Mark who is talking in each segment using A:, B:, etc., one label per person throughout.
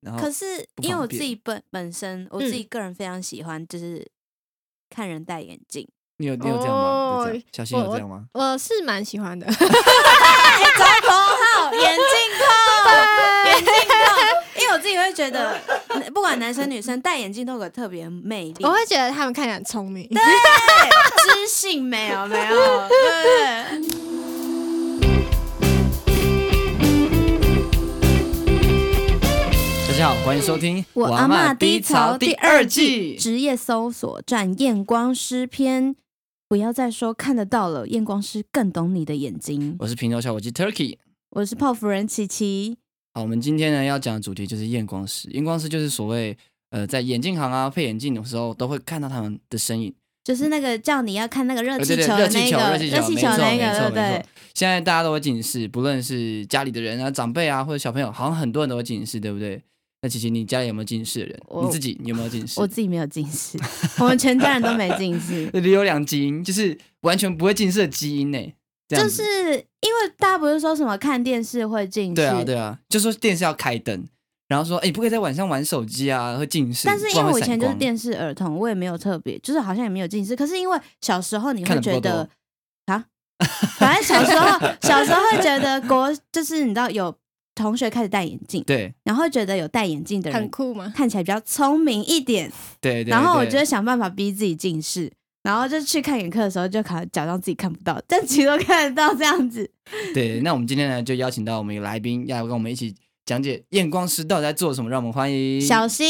A: 然后
B: 可是
A: 不
B: 因为
A: 方
B: 我自
A: 便
B: 己本本身我自己个人非常喜欢，就是看人戴眼 镜。
A: 你有你有这样吗？
C: 哦
A: 有这样小新有这样吗？
C: 我是蛮喜欢的，
B: 找头号眼 镜控，眼镜控，因为我自己会觉得，不管男生女生戴眼镜都有个特别魅力
C: 我，会觉得他们看起来很聪明。
B: 对，知性没有没有，对。
A: 大家好，欢迎收听《
B: 我阿
A: 嬷
B: 嬷低潮第
A: 二
B: 二季职业搜索站验光师篇，不要再说看得到了，验光师更懂你的眼睛。
A: 我是平头小伙计 Turkey。
B: 我是泡芙人琪琪，
A: 好，我们今天呢要讲的主题就是验光师。验光师就是所谓呃，在眼镜行啊配眼镜的时候，都会看到他们的身影。
B: 就是那个叫你要看那个热
A: 呃对
B: 气
A: 对
B: 球
A: 热
B: 的
A: 气
B: 那
A: 球，
B: 个
A: 热气
B: 热
A: 球，
B: 气
A: 没
B: 球
A: 错，
B: 那
A: 没
B: 个，对
A: 错，
B: 不
A: 没
B: 对
A: 错？。现在大家都会近视，不论是家里的人啊、长辈啊，或者小朋友，好像很多人都会近视，对不对？那琪琪，你家里有没有近视的人？
B: 我
A: 你自己你有没有近视
B: 我？自己没有近视，我们全家人都没近视。
A: 留两基因，就是完全不会近视的基因呢。 这样
B: 就
A: 子
B: 是因为大家不是说什么看电视会近视，
A: 对啊，对啊，就说电视要开灯，然后说，哎、不可以在晚上玩手机啊，会近视。
B: 但是
A: 不
B: 因
A: 然
B: 为
A: 会
B: 我以
A: 散
B: 前就是
A: 光
B: 电视儿童，我也没有特别，就是好像也没有近视。可是因为小时候你
A: 看
B: 会
A: 得不够
B: 觉得 啊，反正小时候小时候会觉得国 就是你知道有同学开始戴眼镜，
A: 对
B: 然后会觉得有戴眼镜的
C: 很
B: 人
C: 酷吗？
B: 看起来比较聪明一点，
A: 对对。
B: 然后我
A: 对
B: 就会想办法逼自己近视。然后就去看眼科的时候，就考假装自己看不到，但 其实都看得到这样子。
A: 对，那我们今天呢，就邀请到我们一个来宾，要跟我们一起讲解验光师到底在做什么，让我们欢迎
B: 小心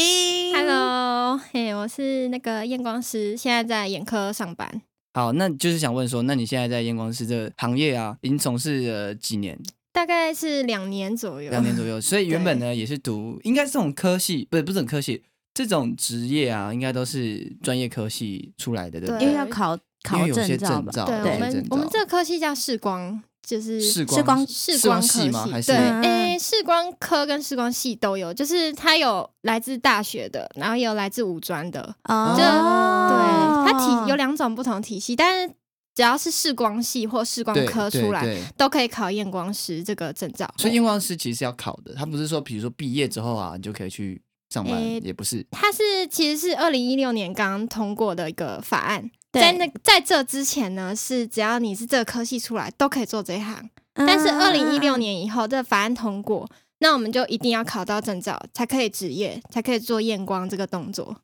C: Hello，嘿，我是那个验光师，现在在眼科上班。
A: 好，那就是想问说，那你现在在验光师这个行业啊，已经从事了几年？
C: 大概是两年左右，
A: 两年左右。所以原本呢，也是读应该这种科系，不是不是这种科系，这种职业啊，应该都是专业科系出来的，对不
B: 因
A: 对
B: 为？要考
A: 因
B: 考
A: 为有些
B: 证照
A: 证
B: 吧？
A: 照，
C: 对，
A: 有
C: 我
A: 些
C: 们
A: 证
C: 我们
A: 照
C: 这个科系叫视光，就是
A: 视
B: 视光
C: 视
A: 视光
C: 光科
A: 系吗还是
C: 对，
B: 嗯
C: 诶、视光科跟视光系都有，就是它有来自大学的，然后也有来自五专的，
B: 哦
C: 就对，它体有两种不同体系，但是只要是视光系或视光
A: 对
C: 科
A: 对
C: 出来，
A: 对
C: 都可以考验光师这个证照。
A: 所以验光师其实是要考的，他不是说比如说毕业之后啊，你就可以去上班，
C: 诶
A: 也不是。
C: 它是其实是二零一六年刚通过的一个法案，
B: 对
C: 在那在这之前呢，是只要你是这个科系出来，都可以做这一行。
B: 嗯，
C: 但是二零一六年以后，这个法案通过，那我们就一定要考到证照，才可以职业，才可以做验光这个动作。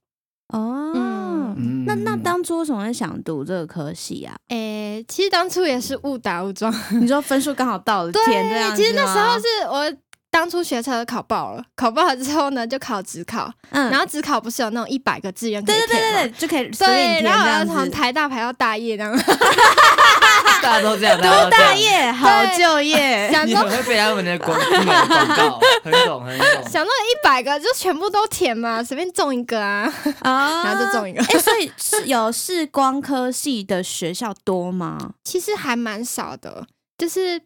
B: 哦，
C: 嗯
A: 嗯
B: 那那当初为什么会想读这个科系啊？
C: 诶、其实当初也是误打误撞，
B: 你说分数刚好到了填这 样
C: 其实
B: 子
C: 那时候
B: 吗
C: 是我当初学车考爆了，考爆了之后呢，就考职考，
B: 嗯，
C: 然后职考不是有那种一百个志愿可以
B: 对对对
C: 填吗
B: 对对，就可以随
C: 对，
B: 便
C: 然后我要
B: 填这
C: 从
B: 样子。
C: 台大排到大业这样。
A: 大家都这样，大都
B: 读
A: 这
B: 大
A: 样。
B: 业好就 业，
C: 想
A: 你
C: 说
A: 很会被他们的广 广告，很懂很懂。
C: 想到一百个就全部都填嘛，随便中一个啊，
B: 啊
C: 然后就中一 个。
B: 哎，所以是有视光科系的学校多吗？
C: 其实还蛮少的，就是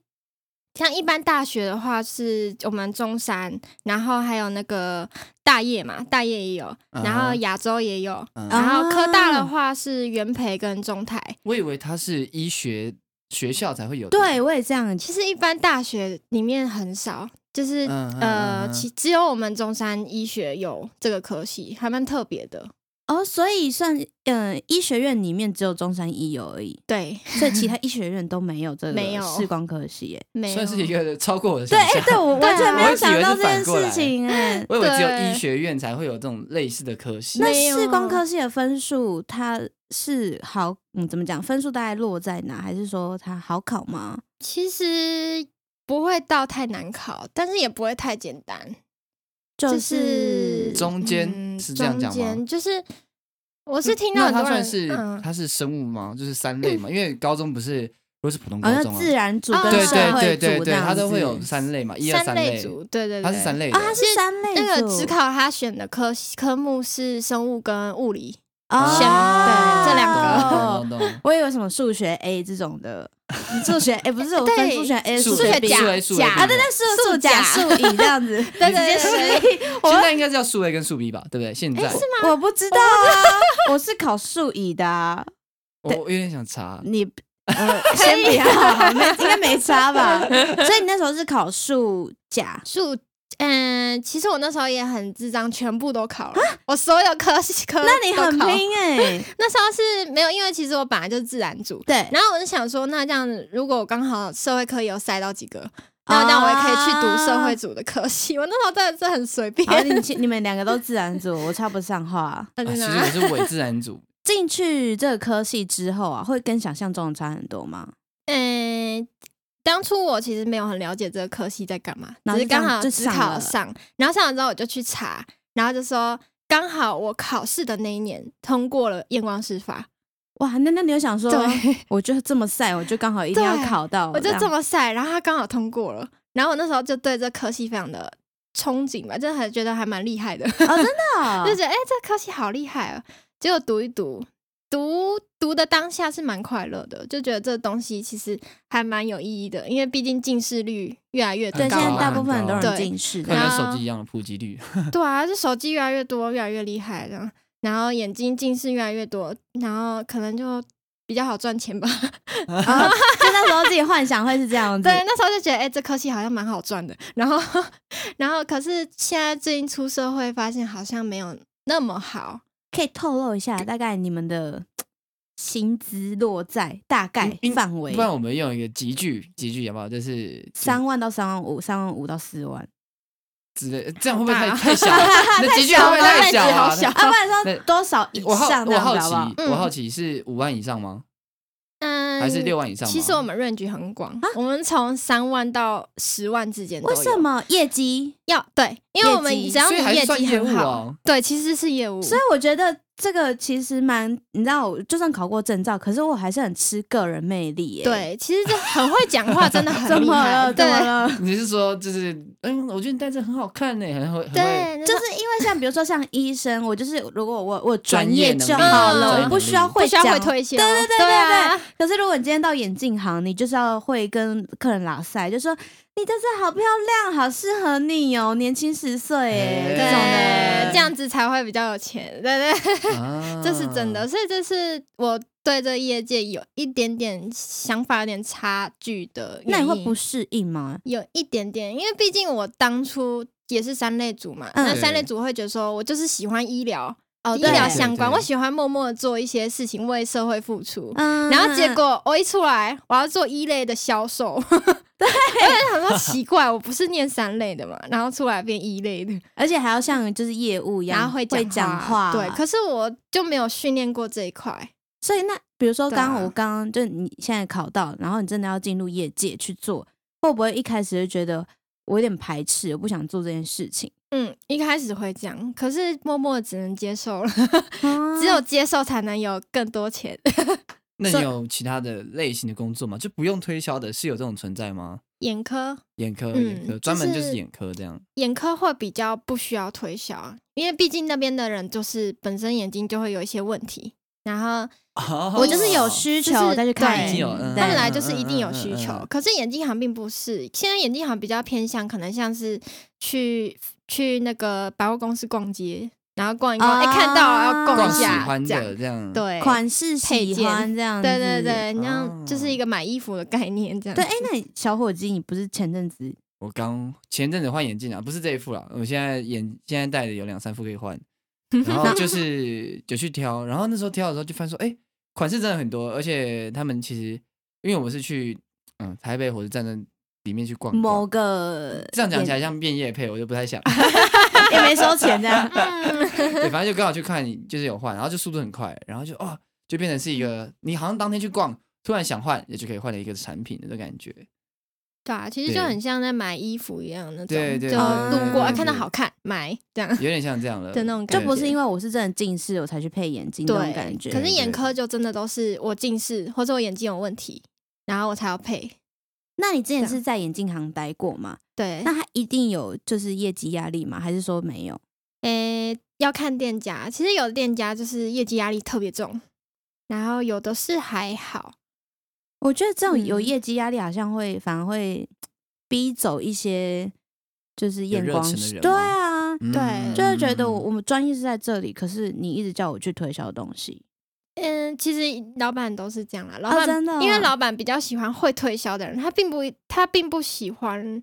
C: 像一般大学的话，是我们中山，然后还有那个大业嘛，大业也有，
A: 嗯
C: 然后亚洲也有，
A: 嗯
C: 然后科大的
B: 啊
C: 话是元培跟中台。
A: 我以为他是医学学校才会有的，
B: 对，我也这样。
C: 其实一般大学里面很少，就是、
A: 嗯，嗯
C: 呃，
A: 嗯
C: 其只有我们中山医学有这个科系，还蛮特别的。
B: 哦，所以算嗯，医学院里面只有中山医有而已，
C: 对，
B: 所以其他医学院都没有这个
C: 没有
B: 视光科系耶。
C: 没有
A: 算是一个超过我的
B: 对，
A: 想
B: 哎、
A: 象。
B: 对我
C: 对
B: 完全
C: 啊
B: 没
A: 我
B: 有
A: 一直以
B: 想
A: 为是
B: 到这件
A: 反过
B: 事
A: 来，
B: 情、哎
A: 我以为只有
C: 对
A: 医学院才会有这种类似的科系。
B: 那
C: 没有
B: 视光科系的分数它是好，嗯，怎么讲？分数大概落在哪？还是说它好考吗？
C: 其实不会到太难考，但是也不会太简单，
B: 就是是
A: 中间
C: 嗯
A: 是这样讲吗嗯
C: 中间就是我是听到
A: 那
C: 很
A: 它
C: 多人
A: 算是
C: 嗯
A: 它是生物吗？就是三类嘛，因为高中不是如果是普通
B: 好
A: 高
B: 像
A: 中啊，
B: 自然组
C: 哦
B: 跟
A: 对
B: 社
A: 对对
B: 会
A: 对
B: 组这
A: 对，
B: 样
A: 它都会有
B: 子
A: 三类嘛，一二
C: 三
A: 三
C: 类组，对对对，
A: 它是三类的
B: 啊，它是三类
C: 那个
B: 组
C: 职考他选的科系科目是生物跟物理，
B: 哦，
C: 先对这两
B: 哦
A: 懂懂懂懂。
B: 我以为什么数学 A 这种的，数学 A 不是我分
C: 对
B: 数学 A、
A: 数
C: 学
A: 学
B: B
A: 甲数 A 数 A
C: 甲
B: 啊，对对，数
C: 数
B: 数甲
C: 甲
B: 数乙这样子，
C: 对
B: 直接
C: 对对
B: 数乙 我
A: 现在应该是要数 A 跟数 B 吧，对不对？现在
B: 我不知道啊， 我是考数乙的、啊，
A: 我我有点想查，
B: 你呃先 不要，没应该没差吧？所以你那时候是考数甲
C: 数诶、嗯，其实我那时候也很智障，全部都考了，我所有科系科
B: 啊那你
C: 都
B: 很
C: 考。
B: 拼哎、
C: 那时候是没有，因为其实我本来就是自然组，
B: 对，
C: 然后我就想说，那这样如果我刚好社会科有塞到几个，那这样我也可以去读社会组的科系。我那时候真的是很随便，
B: 好，啊你去你们两个都自然组，我插不上话。
C: 真
A: 啊其
C: 的、
A: 实我是伪自然 组，
B: 进去这个科系之后啊，会跟想象中的差很多吗？
C: 嗯，当初我其实没有很了解这个科系在干嘛，
B: 然后
C: 只是
B: 就这样
C: 刚好
B: 就
C: 只
B: 上
C: 考
B: 了
C: 上，然后上了之后我就去查，然后就说刚好我考试的那一年通过了验光师法，
B: 哇，那那你有想说，
C: 对，
B: 我就这么晒，我就刚好一定要
C: 对
B: 考到，
C: 我就
B: 样
C: 这么晒，然后他刚好通过了，然后我那时候就对这科系非常的憧憬吧，就还觉得还蛮厉害的， 就
B: 哦，真的哦、
C: 觉得哎、这科系好厉害哦，结果读一读。读读的当下是蛮快乐的，就觉得这东西其实还蛮有意义的，因为毕竟近视率越来越高
B: 对，
C: 嘛。
A: 很
B: 现在
A: 高啊
B: 大部分很多
A: 很高
B: 人
C: 对
B: 近视
A: 可
B: 的，
A: 能
C: 然
A: 跟
C: 后
A: 手机一样的普及率。
C: 对啊，这手机越来越多，越来越厉害这样，然后眼睛近视越来越多，然后可能就比较好赚钱吧。
B: 然后哦 就那时候自己幻想会是这样子
C: 对，，那时候就觉得，哎、这科系好像蛮好赚的。然后，然后可是现在最近出社会，发现好像没有那么好。
B: 可以透露一下大概你们的薪资落在大概
A: 因
B: 范围
A: 不，然我们用一个集句，集句好不好？就是
B: 三万到三万五，三万五到四 万，
A: 之类，这样会不会
C: 好
A: 太太小
C: 大啊
A: 了？ 那集句会不会太小
C: 好
A: 啊？
C: 小
B: 啊，不然说
A: 那
B: 多少以
A: 我好
B: 上这
A: 我
B: 样
A: 好嗯
B: 子好不好？
A: 奇，我好奇是五万以上吗？
C: 嗯，
A: 还是六万以上吗？
C: 其实我们 range 很广，我们从三万到十万之间都
B: 啊为
C: 有。
B: 什么业绩？
C: 要对？因为我
B: 业绩哦
C: 们只要
A: 所
C: 你
A: 以还是算
C: 绩
A: 业务
C: 很好，
A: 啊
C: 对，其实是业务。
B: 所以我觉得这个其实蛮，你知道，我就算考过证照，可是我还是很吃个人魅力、耶。，
C: 对，其实这很会讲话，真 的
B: 怎
C: 很厉
B: 么
C: 害。
B: 了？怎
C: 对
B: 么 了？
A: 你是说就是嗯，我觉得你戴这很好看呢，很会很会。
C: 对，
B: 就是因为像比如说像医生，我就是如果我我专
A: 专业
B: 业
A: 能
B: 就
A: 力
B: 好
C: 专
B: 了，
C: 业
B: 我
A: 能
B: 不
A: 力
B: 需要
C: 不
B: 会
C: 需要
B: 讲
C: 会。推销，
B: 对对对对
C: 对啊，
B: 可是如果你今天到眼镜行，你就是要会跟客人拉塞，就说你这次好漂亮，好适合你哦，年轻十岁
A: 哎
B: 耶，这种
C: 对
B: 的，嗯
C: 这样子才会比较有钱，对对，
A: 啊
C: 这是真的，。所以这是我对这业界有一点点想法有点差距的原因。
B: 那你会不适应吗？
C: 有一点点，因为毕竟我当初也是三类组嘛，
B: 嗯
C: 那三类组会觉得说我就是喜欢医疗，
B: 哦
C: 医
A: 对
C: 疗
A: 对
C: 相关，
A: 对
C: 我喜欢默默的做一些事情为社会付出。
B: 嗯
C: 然后结果我一出来，我要做一类的销售， 对，我就想说奇怪，我不是念三类的嘛，然后出来变一类的，
B: 而且还要像就是业务一
C: 然
B: 样
C: 后会
B: 会讲话，
C: 对，可是我就没有训练过这一块，
B: 所以那比如说
C: 对
B: 刚刚
C: 啊
B: 我刚刚就你现在考到，然后你真的要进入业界去做，会不会一开始就觉得我有点排斥，我不想做这件事情？
C: 嗯，一开始会这样，可是默默地只能接受了， 只
B: 嗯
C: 有接受才能有更多钱。
A: 那
B: 所
A: 你
B: 以
A: 有其他的类型的工作吗？就不用推销的，是有这种存在吗？
C: 眼科，
A: 眼科，
C: 嗯
A: 眼科，
C: 就
A: 专门就是
C: 是
A: 眼科这样。
C: 眼科会比较不需要推销啊，因为毕竟那边的人就是本身眼睛就会有一些问题，然
A: 嗯
C: 后
B: 我
C: 哦
A: 我
B: 就是有需
C: 就
B: 求
C: 是
B: 再去
C: 对
B: 看，
A: 已经有嗯
C: 他们
B: 对
C: 来就是一定有需
A: 嗯嗯嗯嗯
C: 求
A: 嗯，
C: 可是眼镜行并不是。现在眼镜行比较偏向，可能像是去去那个百货公司逛街，然后逛一逛，
B: 啊
C: 哎、看到了要
A: 哦逛
C: 逛一
A: 喜
C: 下，
A: 欢
C: 这样
A: 的这样。
C: 对，
B: 款式
C: 配
B: 喜
C: 件
B: 欢这样子，
C: 对对对，你像就是
A: 哦
C: 一个买衣服的概念这样。？
B: 对。哎，那你小伙计，你不是前阵子
A: 我刚前阵子换眼镜啊，不是这一副啦，我现在眼现在戴的有两三副可以换，然后就是有去挑，然后那时候挑的时候就发现说，哎、款式真的很多，而且他们其实因为我是去嗯台北火车站的里面去逛
B: 某
A: 逛，
B: 个
A: 这样讲起来像变夜配，我就不太想，
B: 也没收钱 这样
C: 嗯，
A: 对，反正就刚好去看，就是有换，然后就速度很快，然后就哦，就变成是一个
C: 嗯
A: 你好像当天去逛，突然想换，也就可以换了一个产品的这感觉。
C: 对啊，其实就
A: 对
C: 很像在买衣服一样那种，
A: 对对
B: 对
C: 就路过、
B: 对
C: 啊、
A: 对
C: 看到好看买这样
A: 有点像这样了，
C: 的那种
B: 就
C: 感觉，
B: 不是因为我是真的近视我才去配眼镜那种
C: 对
B: 感觉，
C: 可是
A: 对
C: 眼科就真的都是我近视或者我眼睛有问题，然后我才要配。
B: 那你之前
C: 这样
B: 是在眼镜行待过吗？
C: 对，
B: 那他一定有就是业绩压力吗？还是说没有？
C: 诶、要看店家，其实有的店家就是业绩压力特别重，然后有的是还好，
B: 我觉得这种有
C: 嗯
B: 业绩压力好像会反而会逼走一些就是
A: 有
B: 眼
A: 热
B: 光
A: 忱的
B: 师，
A: 人
B: 对
A: 吗
B: 啊，
A: 嗯
C: 对
B: 就会觉得我我们专业是在这里，可是你一直叫我去推销东西，
C: 嗯，其实老板都是这样啦，老
B: 啊
C: 板、
B: 真的哦
C: 因为老板比较喜欢会推销的人，他并不他并不喜欢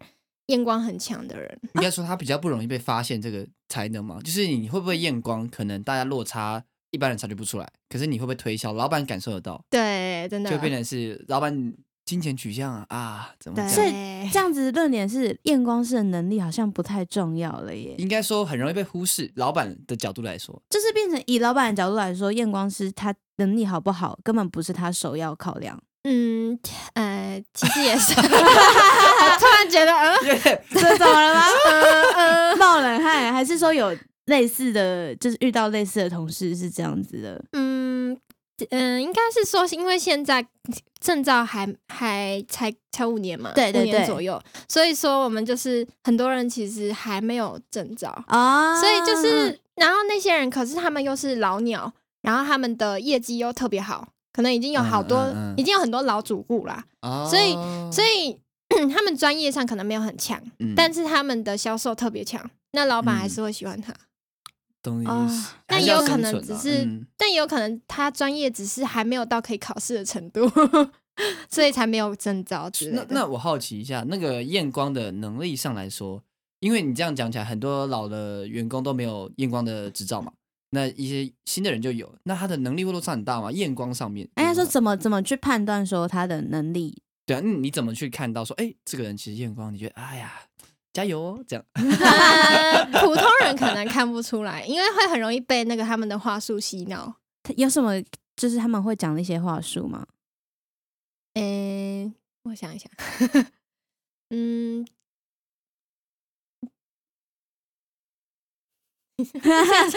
C: 验光很强的人，
A: 嗯应该说它比较不容易被发现这个才能嘛，就是你会不会验光，可能大家落差一般人察觉不出来，可是你会不会推销，老板感受得到，
C: 对，真的
A: 就变成是老板金钱取向啊啊，怎么
C: 对，
A: 讲？
B: 这样子论点是验光师的能力好像不太重要了耶，
A: 应该说很容易被忽视。老板的角度来说，
B: 就是变成以老板的角度来说，验光师他能力好不好根本不是他首要考量。
C: 嗯呃，其实也是，我突然觉得呃
B: 这怎么了吗？ 冒冷汗，还是说有类似的，就是遇到类似的同事是这样子的？
C: 嗯嗯，应该是说，因为现在证照还还才才五年嘛，
B: 对对
C: 五年
B: 对
C: 左右，所以说我们就是很多人其实还没有证照，
B: 啊
C: 所以就是，然后那些人可是他们又是老鸟，然后他们的业绩又特别好，可能已经有好多，
A: 嗯嗯嗯
C: 已经有很多老主顾啦，
A: 啊，
C: 所以所以 他们专业上可能没有很强，
A: 嗯
C: 但是他们的销售特别强，那老板还
A: 嗯
C: 是会喜欢他。
A: 懂你
B: 啊
A: 意思，
C: 哦那
A: 还是
C: 也有
A: 要
C: 可
A: 生
C: 能
A: 存
C: 只
A: 啊
C: 是
A: 嗯
C: 但也有可能他专业只是还没有到可以考试的程度， 所以才没有证照之类
A: 那
C: 的。
A: 那我好奇一下，那个验光的能力上来说，因为你这样讲起来，很多老的员工都没有验光的执照嘛，那一些新的人就有，那他的能力会落差很大吗？验光上面，
B: 哎，他说怎么怎么去判断说他的能力？
A: 对啊，那你怎么去看到说，哎，这个人其实验光，你觉得，哎呀，加油哦，这样，
C: 呃 普通人可能看不出来，因为会很容易被那个他们的话术洗脑。
B: 他有什么？就是他们会讲的一些话术吗？
C: 嗯、我想一想，嗯，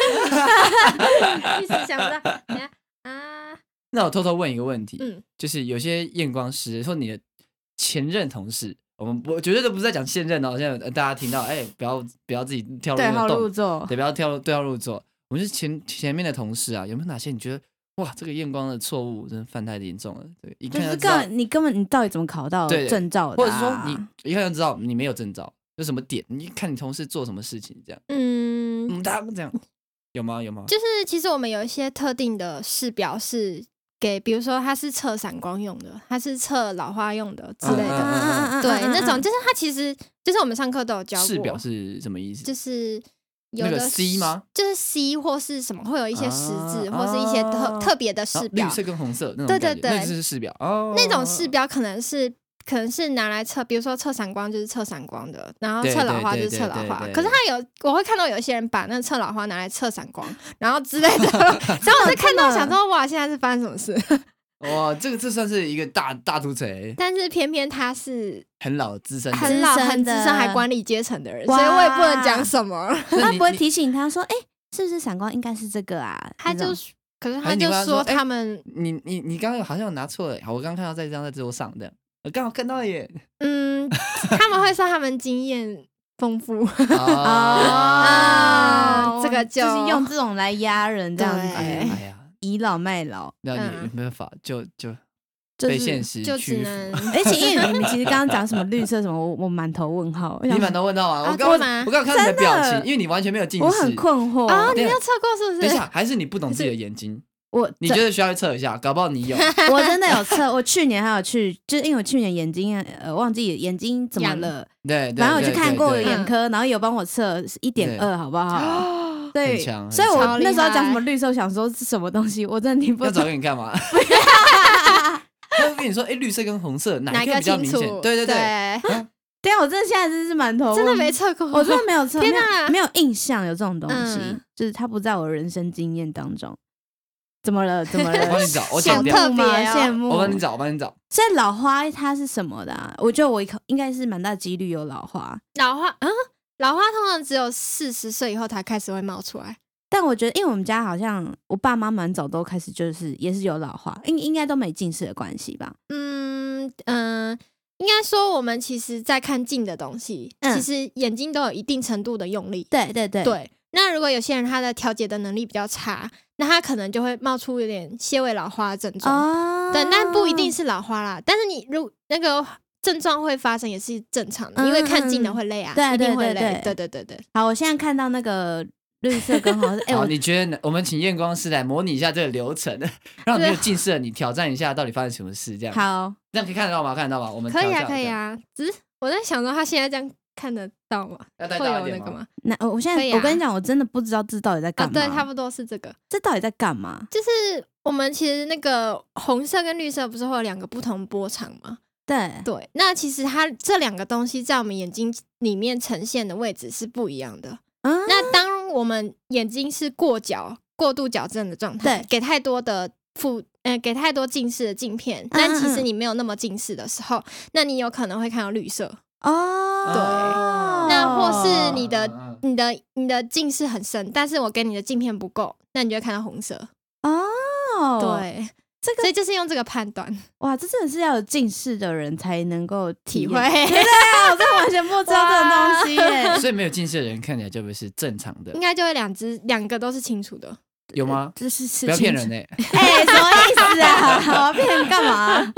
C: 一时想不到，等一下啊，
A: 那我偷偷问一个问题，
C: 嗯
A: 就是有些验光师说你的前任同事，我们我绝对都不是在讲现任哦，现在呃大家听到，哎，不要不要自己跳入
B: 对
A: 那
B: 号
A: 个洞
B: 入座。
A: 对，不要跳入对号入座。我们是前前面的同事啊，有没有哪些你觉得哇，这个验光的错误真的犯太严重了？对，一
B: 就
A: 看
B: 是
A: 就知
B: 根
A: 道，
B: 本你根本你到底怎么考到
A: 对
B: 证照的
A: 或
B: 啊、
A: 者是说你一看就知道你没有证照，有什么点？你看你同事做什么事情这样，
C: 嗯，
A: 嗯，他这样有吗？有吗？
C: 就是其实我们有一些特定的试表是给，比如说它是测散光用的，它是测老花用的之类的，
A: 嗯嗯
C: 对，那种
B: 嗯
C: 就是它其实就是我们上课都有教过，
A: 试表是什么意思？
C: 就是有
A: 那
C: 的
A: 个 C 吗？
C: 就是 C 或是什么会有一些识字，
A: 啊
C: 或是一些特、
A: 啊
C: 特别的
A: 然后
C: 试
A: 绿
C: 表，
A: 色跟红色那种
C: 对
A: 感
C: 对
A: 觉那
C: 对
A: 就是试表哦，
C: 那种试表可能是。可能是拿来测，比如说测散光就是测散光的，然后
A: 对
C: 测老
A: 对
C: 花
A: 对
C: 就是
A: 对
C: 测老
A: 对
C: 花。
A: 对
C: 可是他有，我会看到有些人把那测老花拿来测散光，然后之类 的。然后我就看到想说，哇，现在是发生什么事？
A: 哇，这个这算是一个大大独贼，
C: 但是偏偏他是
A: 很老资深的。
C: 很老、
B: 资深
C: 很资深、
B: 的
C: 还管理阶层的人，
B: 哇
C: 所以我也不能讲 什么。
A: 那
B: 他
A: 你
B: 不会
A: 你
B: 提醒他说，哎、是不是闪光应该是这个啊？
C: 他
B: 这
C: 就
B: 种
C: 是可是
A: 还
C: 他
A: 是你
C: 就
A: 跟他说
C: 说
A: 哎
C: 他们，
A: 你你你刚刚好像有拿错了，好，我刚刚看到在这张在桌上的，我刚好看到 耶。
C: 嗯，他们会说他们经验 丰富，
A: 哦啊，
C: 啊这个就
B: 哦就是用这种来压人这样
C: 对
A: 哎
B: 子
A: 呀，哎呀，
B: 倚老卖老，
A: 那也
C: 嗯
A: 没办法，就就
B: 就是
A: 被现实
C: 就只
A: 屈服。哦
C: 能
B: 而且因为你们其实刚刚讲什么绿色什么，我我满头问号，我
A: 你
B: 想
A: 满头问到啊！
C: 啊
A: 我刚我
C: 真的吗
A: 刚有看到你的表
B: 真
A: 情，
B: 的
A: 因为你完全没有近视。
B: 我很困惑
C: 啊，
A: 等
C: 你
A: 一
C: 没
A: 下
C: 有测过是不
A: 等一
C: 是？
A: 下，还是你不懂自己的眼睛？
B: 我
A: 你
B: 这
A: 觉得需要去测一下？搞不好你有。
B: 我真的有测，我去年还有去，就是因为我去年眼睛呃忘记眼睛怎么
C: 痒
B: 了，
A: 对，对
B: 然后我去
A: 对
B: 看
A: 对
B: 过
A: 对
B: 眼科，然后有帮我测一点二，好不好？对，
A: 很强很
B: 所以我
C: 强
B: 那时候
C: 超厉害
B: 讲什么绿色，我想说是什么东西，我真的听不
A: 要找
B: 懂。
A: 给你干嘛？他会跟你说，哎，绿色跟红色哪
C: 哪
A: 一个
C: 个
A: 比较
C: 清
A: 明
C: 楚
A: 显？？对对
C: 对
A: 对，
B: 对啊，我真的现在真是满头问
C: 真的没，测过，
B: 我真的没有测，
C: 天
B: 没有
C: 哪
B: 没有印象有这种东西
C: 嗯，
B: 就是它不在我人生经验当中。怎么 了？怎么了
A: 我？帮你找，我
C: 想
A: 找
B: 羡
A: 掉，
C: 特
B: 慕吗？
C: 别哦
B: 羡慕。
A: 我帮你找，我帮你找。
B: 所以老花它是什么的、啊？我觉得我一口应该是蛮大几率有老花，
C: 老花，嗯，老花通常只有四十岁以后才开始会冒出来。
B: 但我觉得，因为我们家好像我爸妈蛮早都开始就是也是有老花，应应该都没近视的关系吧？
C: 嗯嗯。应该说，我们其实在看近的东西，
B: 嗯
C: 其实眼睛都有一定程度的用力。
B: 对对对，
C: 对，那如果有些人他的调节的能力比较差，那他可能就会冒出有点些微老花的症状。
B: 哦，
C: 对，但不一定是老花啦，但是你如那个症状会发生也是正常的，因为看近的会累啊，
B: 嗯嗯嗯
C: 一定
B: 对
C: 会
B: 对
C: 累。
B: 对
C: 对对对对，
B: 好。我现在看到那个绿色跟红色， 哎、
A: 好，
B: 我
A: 你觉得呢？我们请验光师来模拟一下这个流程，让没有近视的你挑战一下到底发生什么事，这样
B: 好
A: 这样可以看得到吗？看得到吗？我们
C: 可
A: 调
C: 以
A: 一
C: 啊，
A: 下
C: 可以。啊。只是我在想说，他现在这样看得到吗？
A: 要再
C: 会
A: 大一
C: 有
A: 点
C: 那个
A: 吗
C: 吗？
B: 那我现
C: 可
B: 在
C: 以
B: 我跟
C: 啊
B: 你讲，我真的不知道这到底在
C: 啊，
B: 干嘛。
C: 对，差不多是这个。
B: 这到底在干嘛？
C: 就是我们其实那个红色跟绿色不是会有两个不同波长吗？
B: 对，
C: 对，那其实它这两个东西在我们眼睛里面呈现的位置是不一样的。
B: 嗯，
C: 那当我们眼睛是过角、过度矫正的状态，
B: 对
C: 给太多的负，呃，给太多近视的镜片，但其实你没有那么近视的时候，那你有可能会看到绿色。
B: 哦，
C: 对那或是你的
A: 嗯嗯嗯
C: 你的你的近视很深，但是我给你的镜片不够，那你就会看到红色。
B: 哦，，
C: 对，
B: 这个
C: 所以就是用这个判断
B: 哇，这真的是要有近视的人才能够体
C: 体
B: 会。
C: 会。
B: 啊，我真的完全不知道这种东西 耶。
A: 所以没有近视的人看起来就不是正常的
C: 应，该就会两只两个都是清楚的。
A: 有吗？
B: 这是呃是
A: 不要骗人欸
B: 清楚
A: 呢、
B: 哎、什么意思 啊？我要骗人干嘛？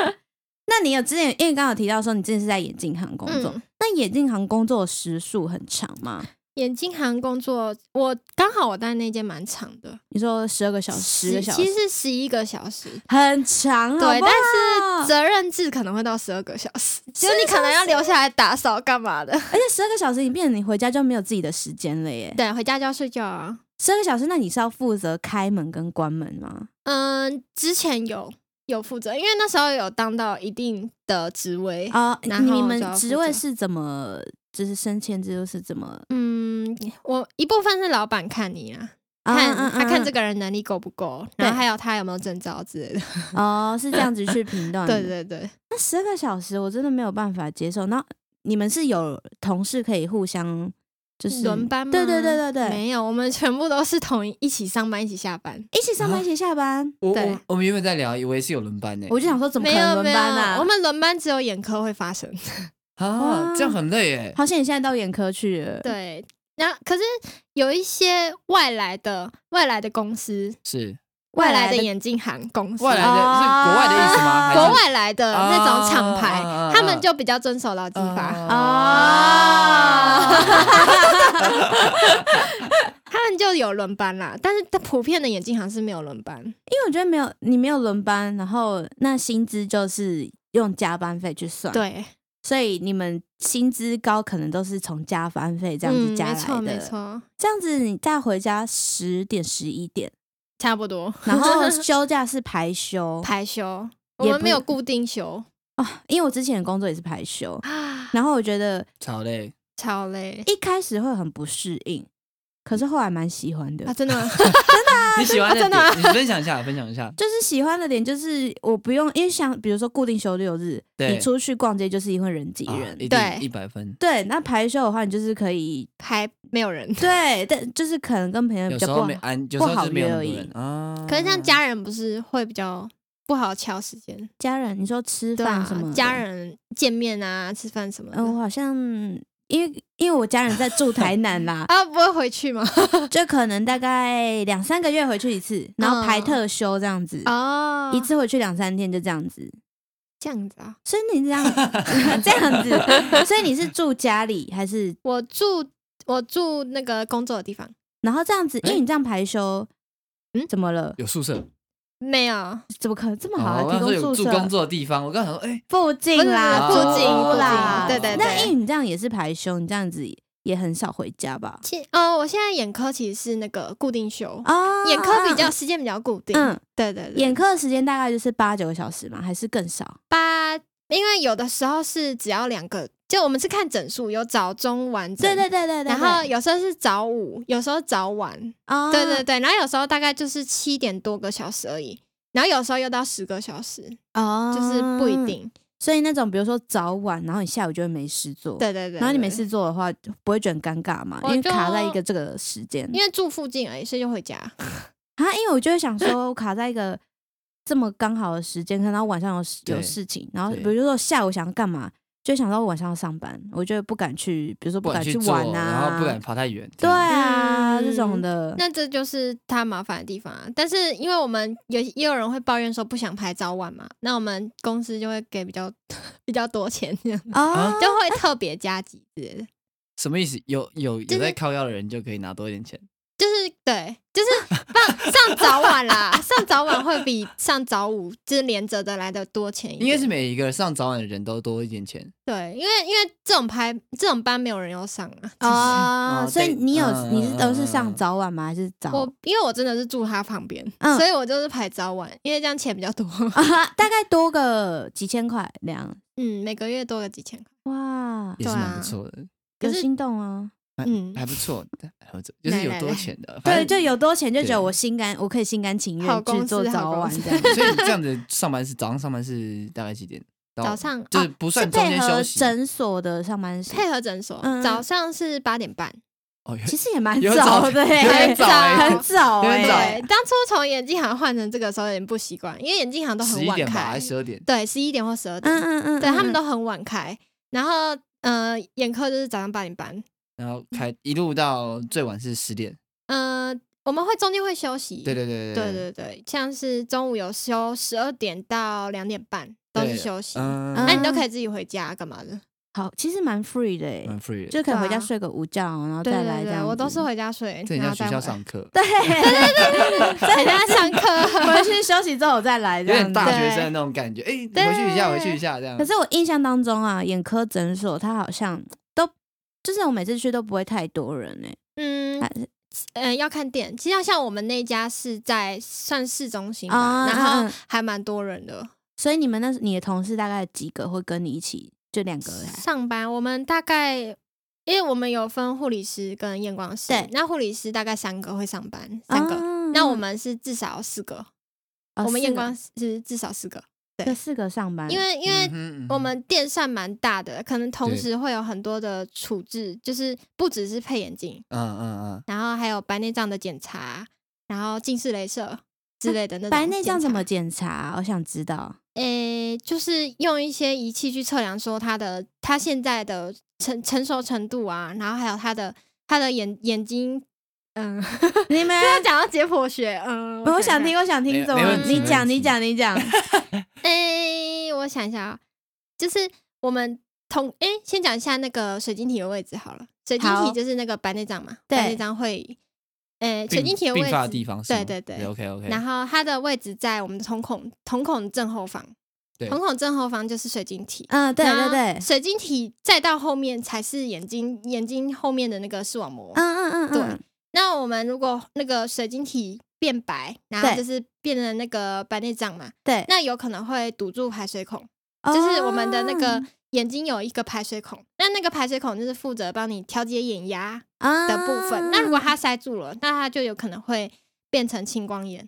B: 那你有之前，因为刚刚有提到说你之前是在眼镜行工作，
C: 嗯
B: 那眼镜行工作的时数很长吗？
C: 眼睛行工作，我刚好我待的那间蛮长的，
B: 你说十二个小时、十个
C: 10
B: 小
C: 其
B: 时，
C: 实是哦十一个小时，
B: 很长好不好，
C: 对，但是责任制可能会到十二个小时，嗯就你可能要留下来打扫干嘛的。
B: 而且十二个小时你变成你回家就没有自己的时间了耶。
C: 对，回家就要睡觉啊。
B: 十二个小时，那你是要负责开门跟关门吗？
C: 嗯，之前有有负责，因为那时候有当到一定的职位，
B: 啊、
C: 哎然后
B: 你
C: 就要
B: 们
C: 负
B: 职位
C: 责
B: 是怎么，就是升迁制度是怎么？
C: 嗯，我一部分是老板看你啊，看、他看这
B: 个
C: 个人能力够不够，然后
B: 嗯对
C: 还有他有没有证照之 类的。
B: 哦，是这样子去评断。
C: 对，对对，
B: 那十二个小时我真的没有办法接受。那你们是有同事可以互相就是
C: 轮班吗？
B: 对对对对对，
C: 没有，我们全部都是同一一起上班，一起下班。
B: 一起上班一起下班。
A: 我
C: 对
A: 我我们原本在聊，以为是有轮班欸呢、
B: 我就想说，怎么
C: 没
B: 可能
C: 有
B: 轮
C: 没有
B: 班啊？，
C: 我们轮班只有眼科会 发生。
A: 啊，这样很累哎、
B: 好像你现在到眼科去了。
C: 对，然后可是有一些外来的外来的公司，
A: 是
C: 外来
B: 外来
C: 的
B: 的
C: 眼镜行公司，
A: 外来的、
B: 啊
A: 是国外的意思吗？还是
C: 国外来的那种厂
A: 啊
C: 牌，
A: 啊啊啊啊
C: 他们就比较遵守劳基法，
B: 哦，
C: 他们就有轮班啦。但是普遍的眼镜行是没有轮班，
B: 因为我觉得没有你没有轮班，然后那薪资就是用加班费去算。，
C: 对，
B: 所以你们薪资高可能都是从加班费这样子
C: 嗯
B: 加来
C: 没错
B: 的。
C: 没错，
B: 这样子你再回家十点十一点，
C: 差不 多
B: 然后休假是排休
C: 排休，我
B: 也
C: 们
B: 不
C: 没有固定休
B: 啊，因为我之前的工作也是排休，
C: 啊，
B: 然后我觉得
A: 超累，
C: 超累
B: 一开始会很不适应，可是后来蛮喜欢的
C: 啊，，真的吗？
A: 你喜欢的
C: 啊真
A: 点、
C: 的吗
A: 你分享一下，分享一下。
B: 就是喜欢的点就是我不用，因为像比如说固定休六日，
A: 对
B: 你出去逛街就是因为人挤
A: 啊
B: 人，
A: 一
C: 对
A: 定一百分。
B: 对，那排休的话你就是可以
C: 还没有人。
B: 对，但就是可能跟朋友比
A: 有
B: 较
A: 时
B: 嗯不
A: 候
B: 好
A: 没，啊安，有时候就是没有那么多人
B: 不
A: 啊。
C: 可是像家人不是会比较不好敲时间，
B: 家人你说吃
C: 对
B: 饭
C: 啊
B: 什么，的
C: 家人见面啊，吃饭什么的，
B: 嗯，我好像因为因为我家人在住台南啦
C: 啊，不会回去 吗？
B: 就可能大概两三个月回去一次，然后排特休这样子，
C: 哦
B: 一次回去两三天就这样子。
C: 这样子啊。
B: 所以你这样这样子，所以你是住家里还是？
C: 我住我住那个工作的地方，
B: 然后这样子，因为你这样排休，嗯，
C: 嗯
B: 怎么了？
A: 有宿舍，
C: 没有
B: 怎么可能这么
A: 哦
B: 好、啊？
A: 我刚
B: 提
A: 说
B: 供
A: 有住
B: 宿舍
A: 工作的地方，我刚想说，哎，
B: 附近啦，
A: 不是不是
B: 附
A: 附近
B: 屋
A: 附近
B: 啦，
A: 对对对
B: 那因为你这样也是排休，你这样子也很少回家吧？
C: 其哦，我现在眼科其实是那个固定休，
B: 啊
C: 眼科比较时间比较固定。
B: 嗯，
C: 对对对，
B: 眼科的时间大概就是八九个小时嘛，还是更少？
C: 八，因为有的时候是只要两个，就我们是看整数，有早中晚整。
B: 对对对对对。
C: 然后有时候是早午，有时候早晚，
B: 啊，
C: 对对对，然后有时候大概就是七点多个小时而已，然后有时候又到十个小时，
B: 哦，
C: 就是不一。定。
B: 所以那种比如说早晚，然后你下午就会没事做，。
C: 对对对，
B: 然后你没
C: 对，
B: 事做的话，就不会觉得很尴尬嘛？因
C: 我
B: 为
C: 就
B: 卡在一个这个时间
C: 因为住附近而已，所以就回家。
B: 啊，因为我就 会想说，我卡在一个这么刚好的时间，可能我晚上有事有
A: 对
B: 事情，然后
A: 对
B: 比如说下午想要干嘛，就想到我晚上要上班，我就不敢去，比如说
A: 不敢
B: 敢去
A: 去做
B: 玩啊，
A: 然后不敢跑太远。这
B: 对
A: 样
B: 啊、这种
C: 嗯
B: 的。
C: 那这就是他麻烦的地方啊。但是因为我们有也有人会抱怨说不想排早晚嘛，那我们公司就会给比较 比较多钱，这样
B: 啊
A: 啊，
C: 就会特别加急之类的。
A: 什么意思？有有
C: 就
A: 有
C: 是
A: 在靠腰的人就可以拿多一点钱
C: 就是对，就是放上早晚啦，上早晚会比上早午就是连着的来的多钱一点。
A: 应该是每一个上早晚的人都多一点钱。
C: 对，因为因为这种拍这种班没有人要上啊。
B: 哦
A: 哦，
B: 所以
A: 对
B: 你有
A: 嗯
B: 你是都是
A: 嗯嗯
B: 上
A: 嗯
B: 早晚吗？还是早？
C: 我因为我真的是住他旁边，
B: 嗯
C: 所以我就是排早晚，因为这样钱比较多。
B: 啊哈， 大概多个几千块两
C: 嗯，每个月多个几千块。
B: 哇，
A: 也是
C: 对
A: 蛮
C: 啊
A: 不错的，
B: 有
C: 可是
B: 心动啊！
A: 还
C: 嗯
A: 还不错，但还不错，就是
C: 来
A: 有
C: 来
A: 多
C: 来
A: 钱的，
B: 对，
A: 反正
B: 就有多钱就觉
A: 对
B: 得我心甘，我可以心甘情
C: 好
B: 愿
C: 公
B: 去
C: 司
B: 做早
C: 好公
B: 晚
C: 司
B: 这样。
A: 所以你这样的上班是早上上班是大概几点？到
C: 早上
A: 就是
C: 哦
A: 不
B: 是
A: 算中
B: 配
A: 间
B: 合
A: 休息
B: 诊所的上班时，
C: 配合诊所，
B: 嗯
C: 早上是八点半。
A: 哦，
B: 其实也蛮
A: 有
B: 早的
A: 有
B: 耶，
A: 点
C: 很
A: 早
C: 早
A: 欸
B: 很早
A: 有点早
B: 哎。
C: 对，当初从眼镜行换成这个时候有点不习惯，因为眼镜行都
A: 十
C: 很
A: 一
C: 晚
A: 点吧，
C: 开
A: 还，是十二点？
C: 对，十一点或十二点，
B: 嗯嗯嗯，
C: 对他
B: 嗯
C: 们都很晚开。然后，呃，眼科就是早上八点半，
A: 然后开一路到最晚是十点。
C: 呃，我们会中间会休息，
A: 对对对
C: 对对对，像是中午有休十二点到两点半都
A: 对
C: 是休息，那、
A: 嗯，
B: 嗯
C: 你都可以自己回家干嘛的？
B: 好，其实蛮 free 的哎，
A: 蛮 free 的。
B: 就可以回
C: 对
B: 家
C: 啊
B: 睡个午觉，然后
C: 对
B: 再
C: 对
B: 来这
C: 对，
B: 样。
C: 我都是。回家睡，
A: 这很
C: 然
A: 像
C: 后
A: 学
C: 再
A: 校
C: 回来
A: 上课，
B: 对对对对，
C: 在家上课，
B: 回去休息之后再来
A: 有
B: 这样
A: 点
B: 子。
A: 大学
C: 对
A: 生的那种感觉。哎，你
C: 对
A: 回去一下，回去一下这样
B: 可。是我印象当中啊，眼科诊所它好像都就是我每次去都不会太多人哎、
C: 嗯
B: 啊。
C: 呃，要看店。其实像我们那家是在算市中心
B: 啊
C: 吧，
B: 嗯
C: 然
B: 嗯
C: 后还蛮多人的。
B: 所以你们那你的同事大概几个会跟你一起？就两个人。
C: 上班我们大概，因为我们有分护理师跟验光师
B: 对，
C: 那护理师大概三个会上班，三个。
B: 啊
C: 那我们是至少四个，
B: 哦
C: 我
B: 四
C: 们验
B: 个
C: 光师至少四个，
B: 这四个上班，
C: 因为因为
A: 嗯哼嗯哼
C: 我们店算蛮大的，可能同
A: 对
C: 时会有很多的处置，就是不只是配眼镜，
A: 嗯嗯
C: 然后还有白内障的检查，然后近视雷射之类的那种。
B: 啊白内障怎么？检查？我想知 道。
C: 诶，就是用一些仪器去测量说它的它现在的成成熟程度啊，然后还有它的它的眼眼睛，嗯，
B: 你们
C: 不要讲到解剖学，嗯，
B: 我想
C: 一下
B: 听，。我想听，
A: 没
B: 怎
A: 没
B: 么？
C: 问题
B: 你
C: 没
B: 讲，
A: 问
B: 你
A: 题
B: 讲，你 讲。
C: 诶，我想一下啊，就是我们同诶，先讲一下那个水晶体的位置好了。水晶
B: 好
C: 体就是那个白内障嘛，
B: 对
C: 白内障会，诶，
A: 嗯，
C: 水晶体
A: 并
C: 位
A: 并发的地
C: 置，
A: 方是
C: 对
A: 吗
C: 对对
A: ，OK OK。
C: 然后它的位置在我们的瞳孔瞳孔正后方，
A: 对
C: 瞳孔正后方就是水晶体。
B: 嗯，对
C: 然
B: 对
C: 后
B: 对，
C: 水晶体再到后面才是眼睛，眼睛后面的那个视网膜。
B: 嗯嗯嗯，
C: 对
B: 嗯
C: 那我们如果那个水晶体变白，然后
B: 对
C: 就是变成那个白内障嘛，
B: 对，
C: 那有可能会堵住排水孔，就是我们的那个
B: 哦
C: 眼睛有一个排水孔，那那个排水孔就是负责帮你调节眼压
B: 啊
C: 的部分。那如果它塞住了，那它就有可能会变成青光眼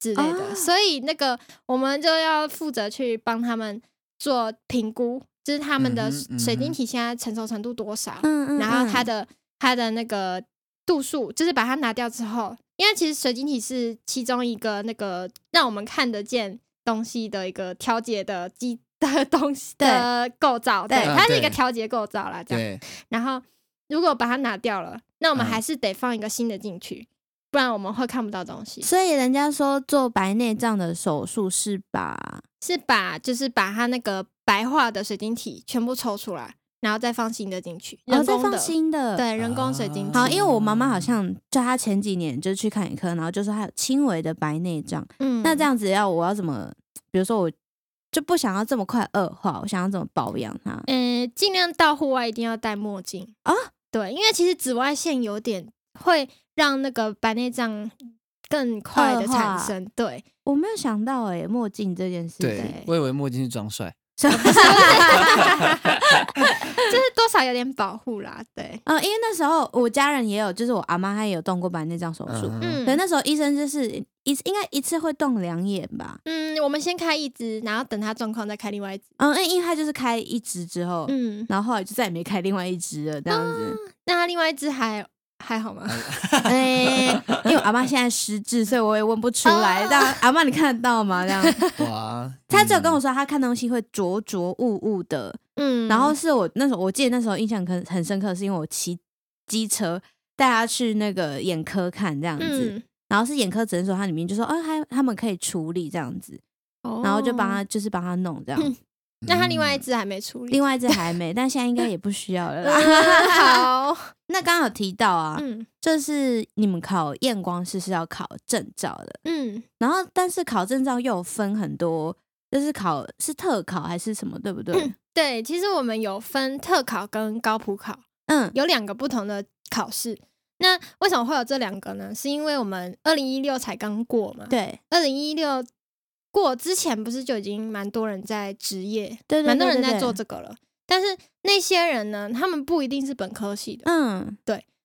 C: 之类的。
B: 啊
C: 所以那个我们就要负责去帮他们做评估，就是他们的
A: 嗯哼嗯哼
C: 水晶体现在成熟程度多少，
B: 嗯嗯，
C: 然后它
B: 嗯
C: 的它的那个度数，就是把它拿掉之后，因为其实水晶体是其中一个那个让我们看得见东西的一个调节的机 的东西
B: 对
C: 的构造，对，
B: 对
C: 它是一
A: 嗯对
C: 个调节构造啦，这样。
B: 嗯
A: 对，
C: 然后如果把它拿掉了，那我
A: 嗯
C: 们还是得放一个新的进去，不然我们会看不到东西。
B: 所以人家说做白内障的手术是吧？
C: 是把就是把它那个白化的水晶体全部抽出来，然后再放新的进去，
B: 然后
C: 人
B: 再哦
C: 工
B: 放
C: 的。
B: 新的，
C: 对，人工水晶体。
B: 好，因为我妈妈好像就她前几年就去看眼科，然后就说她有轻微的白内障。
C: 嗯
B: 那这样子要我要怎么？比如说我就不想要这么快恶化，我想要怎么保养它？
C: 嗯，尽量到户外一定要戴墨镜
B: 啊。
C: 对，因为其实紫外线有点会让那个白内障更快的
B: 恶化
C: 产生。对，
B: 我没有想到哎、墨镜这件事、
A: 对
B: 欸，，
A: 我以为墨镜是装帅，
C: 就是多少有点保护啦。对，
B: 啊、因为那时候我家人也有，就是我阿妈她也有动过白内障手术，
A: 嗯哼，
C: 嗯
B: 可那时候医生就是一应该一次会动两眼吧，
C: 嗯，我们先开一支，然后等它状况再开另外一支。
B: 嗯，因为他就是开一只之后，
C: 嗯，
B: 然后后来就再也没开另外一只了，这样子。
C: 那它另外一支还还好吗？
B: 哎、 因为我阿妈现在失智，所以我也问不出来。
C: 哦
B: 但阿妈你看得到吗？这 样，
A: 哇，
B: 她只有跟我
A: 嗯
B: 说她看东西会浊浊雾雾的。
C: 嗯，
B: 然后是我那时候，我记得那时候印象很很深刻，是因为我骑机车带她去那个眼科看这样子，
C: 嗯，
B: 然后是眼科诊所，它
C: 哦
B: 里面就说，哦，他他们可以处理这样子，然后就帮她就是帮她弄这样。
C: 嗯那它另外一只还没处理
B: 另。外一只还没，但现在应该也不需要了啦。
C: 嗯好，
B: 那刚刚有提到啊，
C: 嗯
B: 就是你们考验光师是要考证照的，
C: 嗯，
B: 然后但是考证照又有分很多，就是考是特考还是什么，对不对？
C: 对，其实我们有分特考跟高普考，
B: 嗯
C: 有两个不同的考试。那为什么会有这两个呢？是因为我们二零一六才刚过嘛，
B: 对
C: 二零一六过之前不是就已经蛮多人在职业，
B: 对对对
C: 蛮多人
B: 对
C: 在
B: 对
C: 做这个了。但是那些人呢，他们不一定是本科系的，
B: 嗯，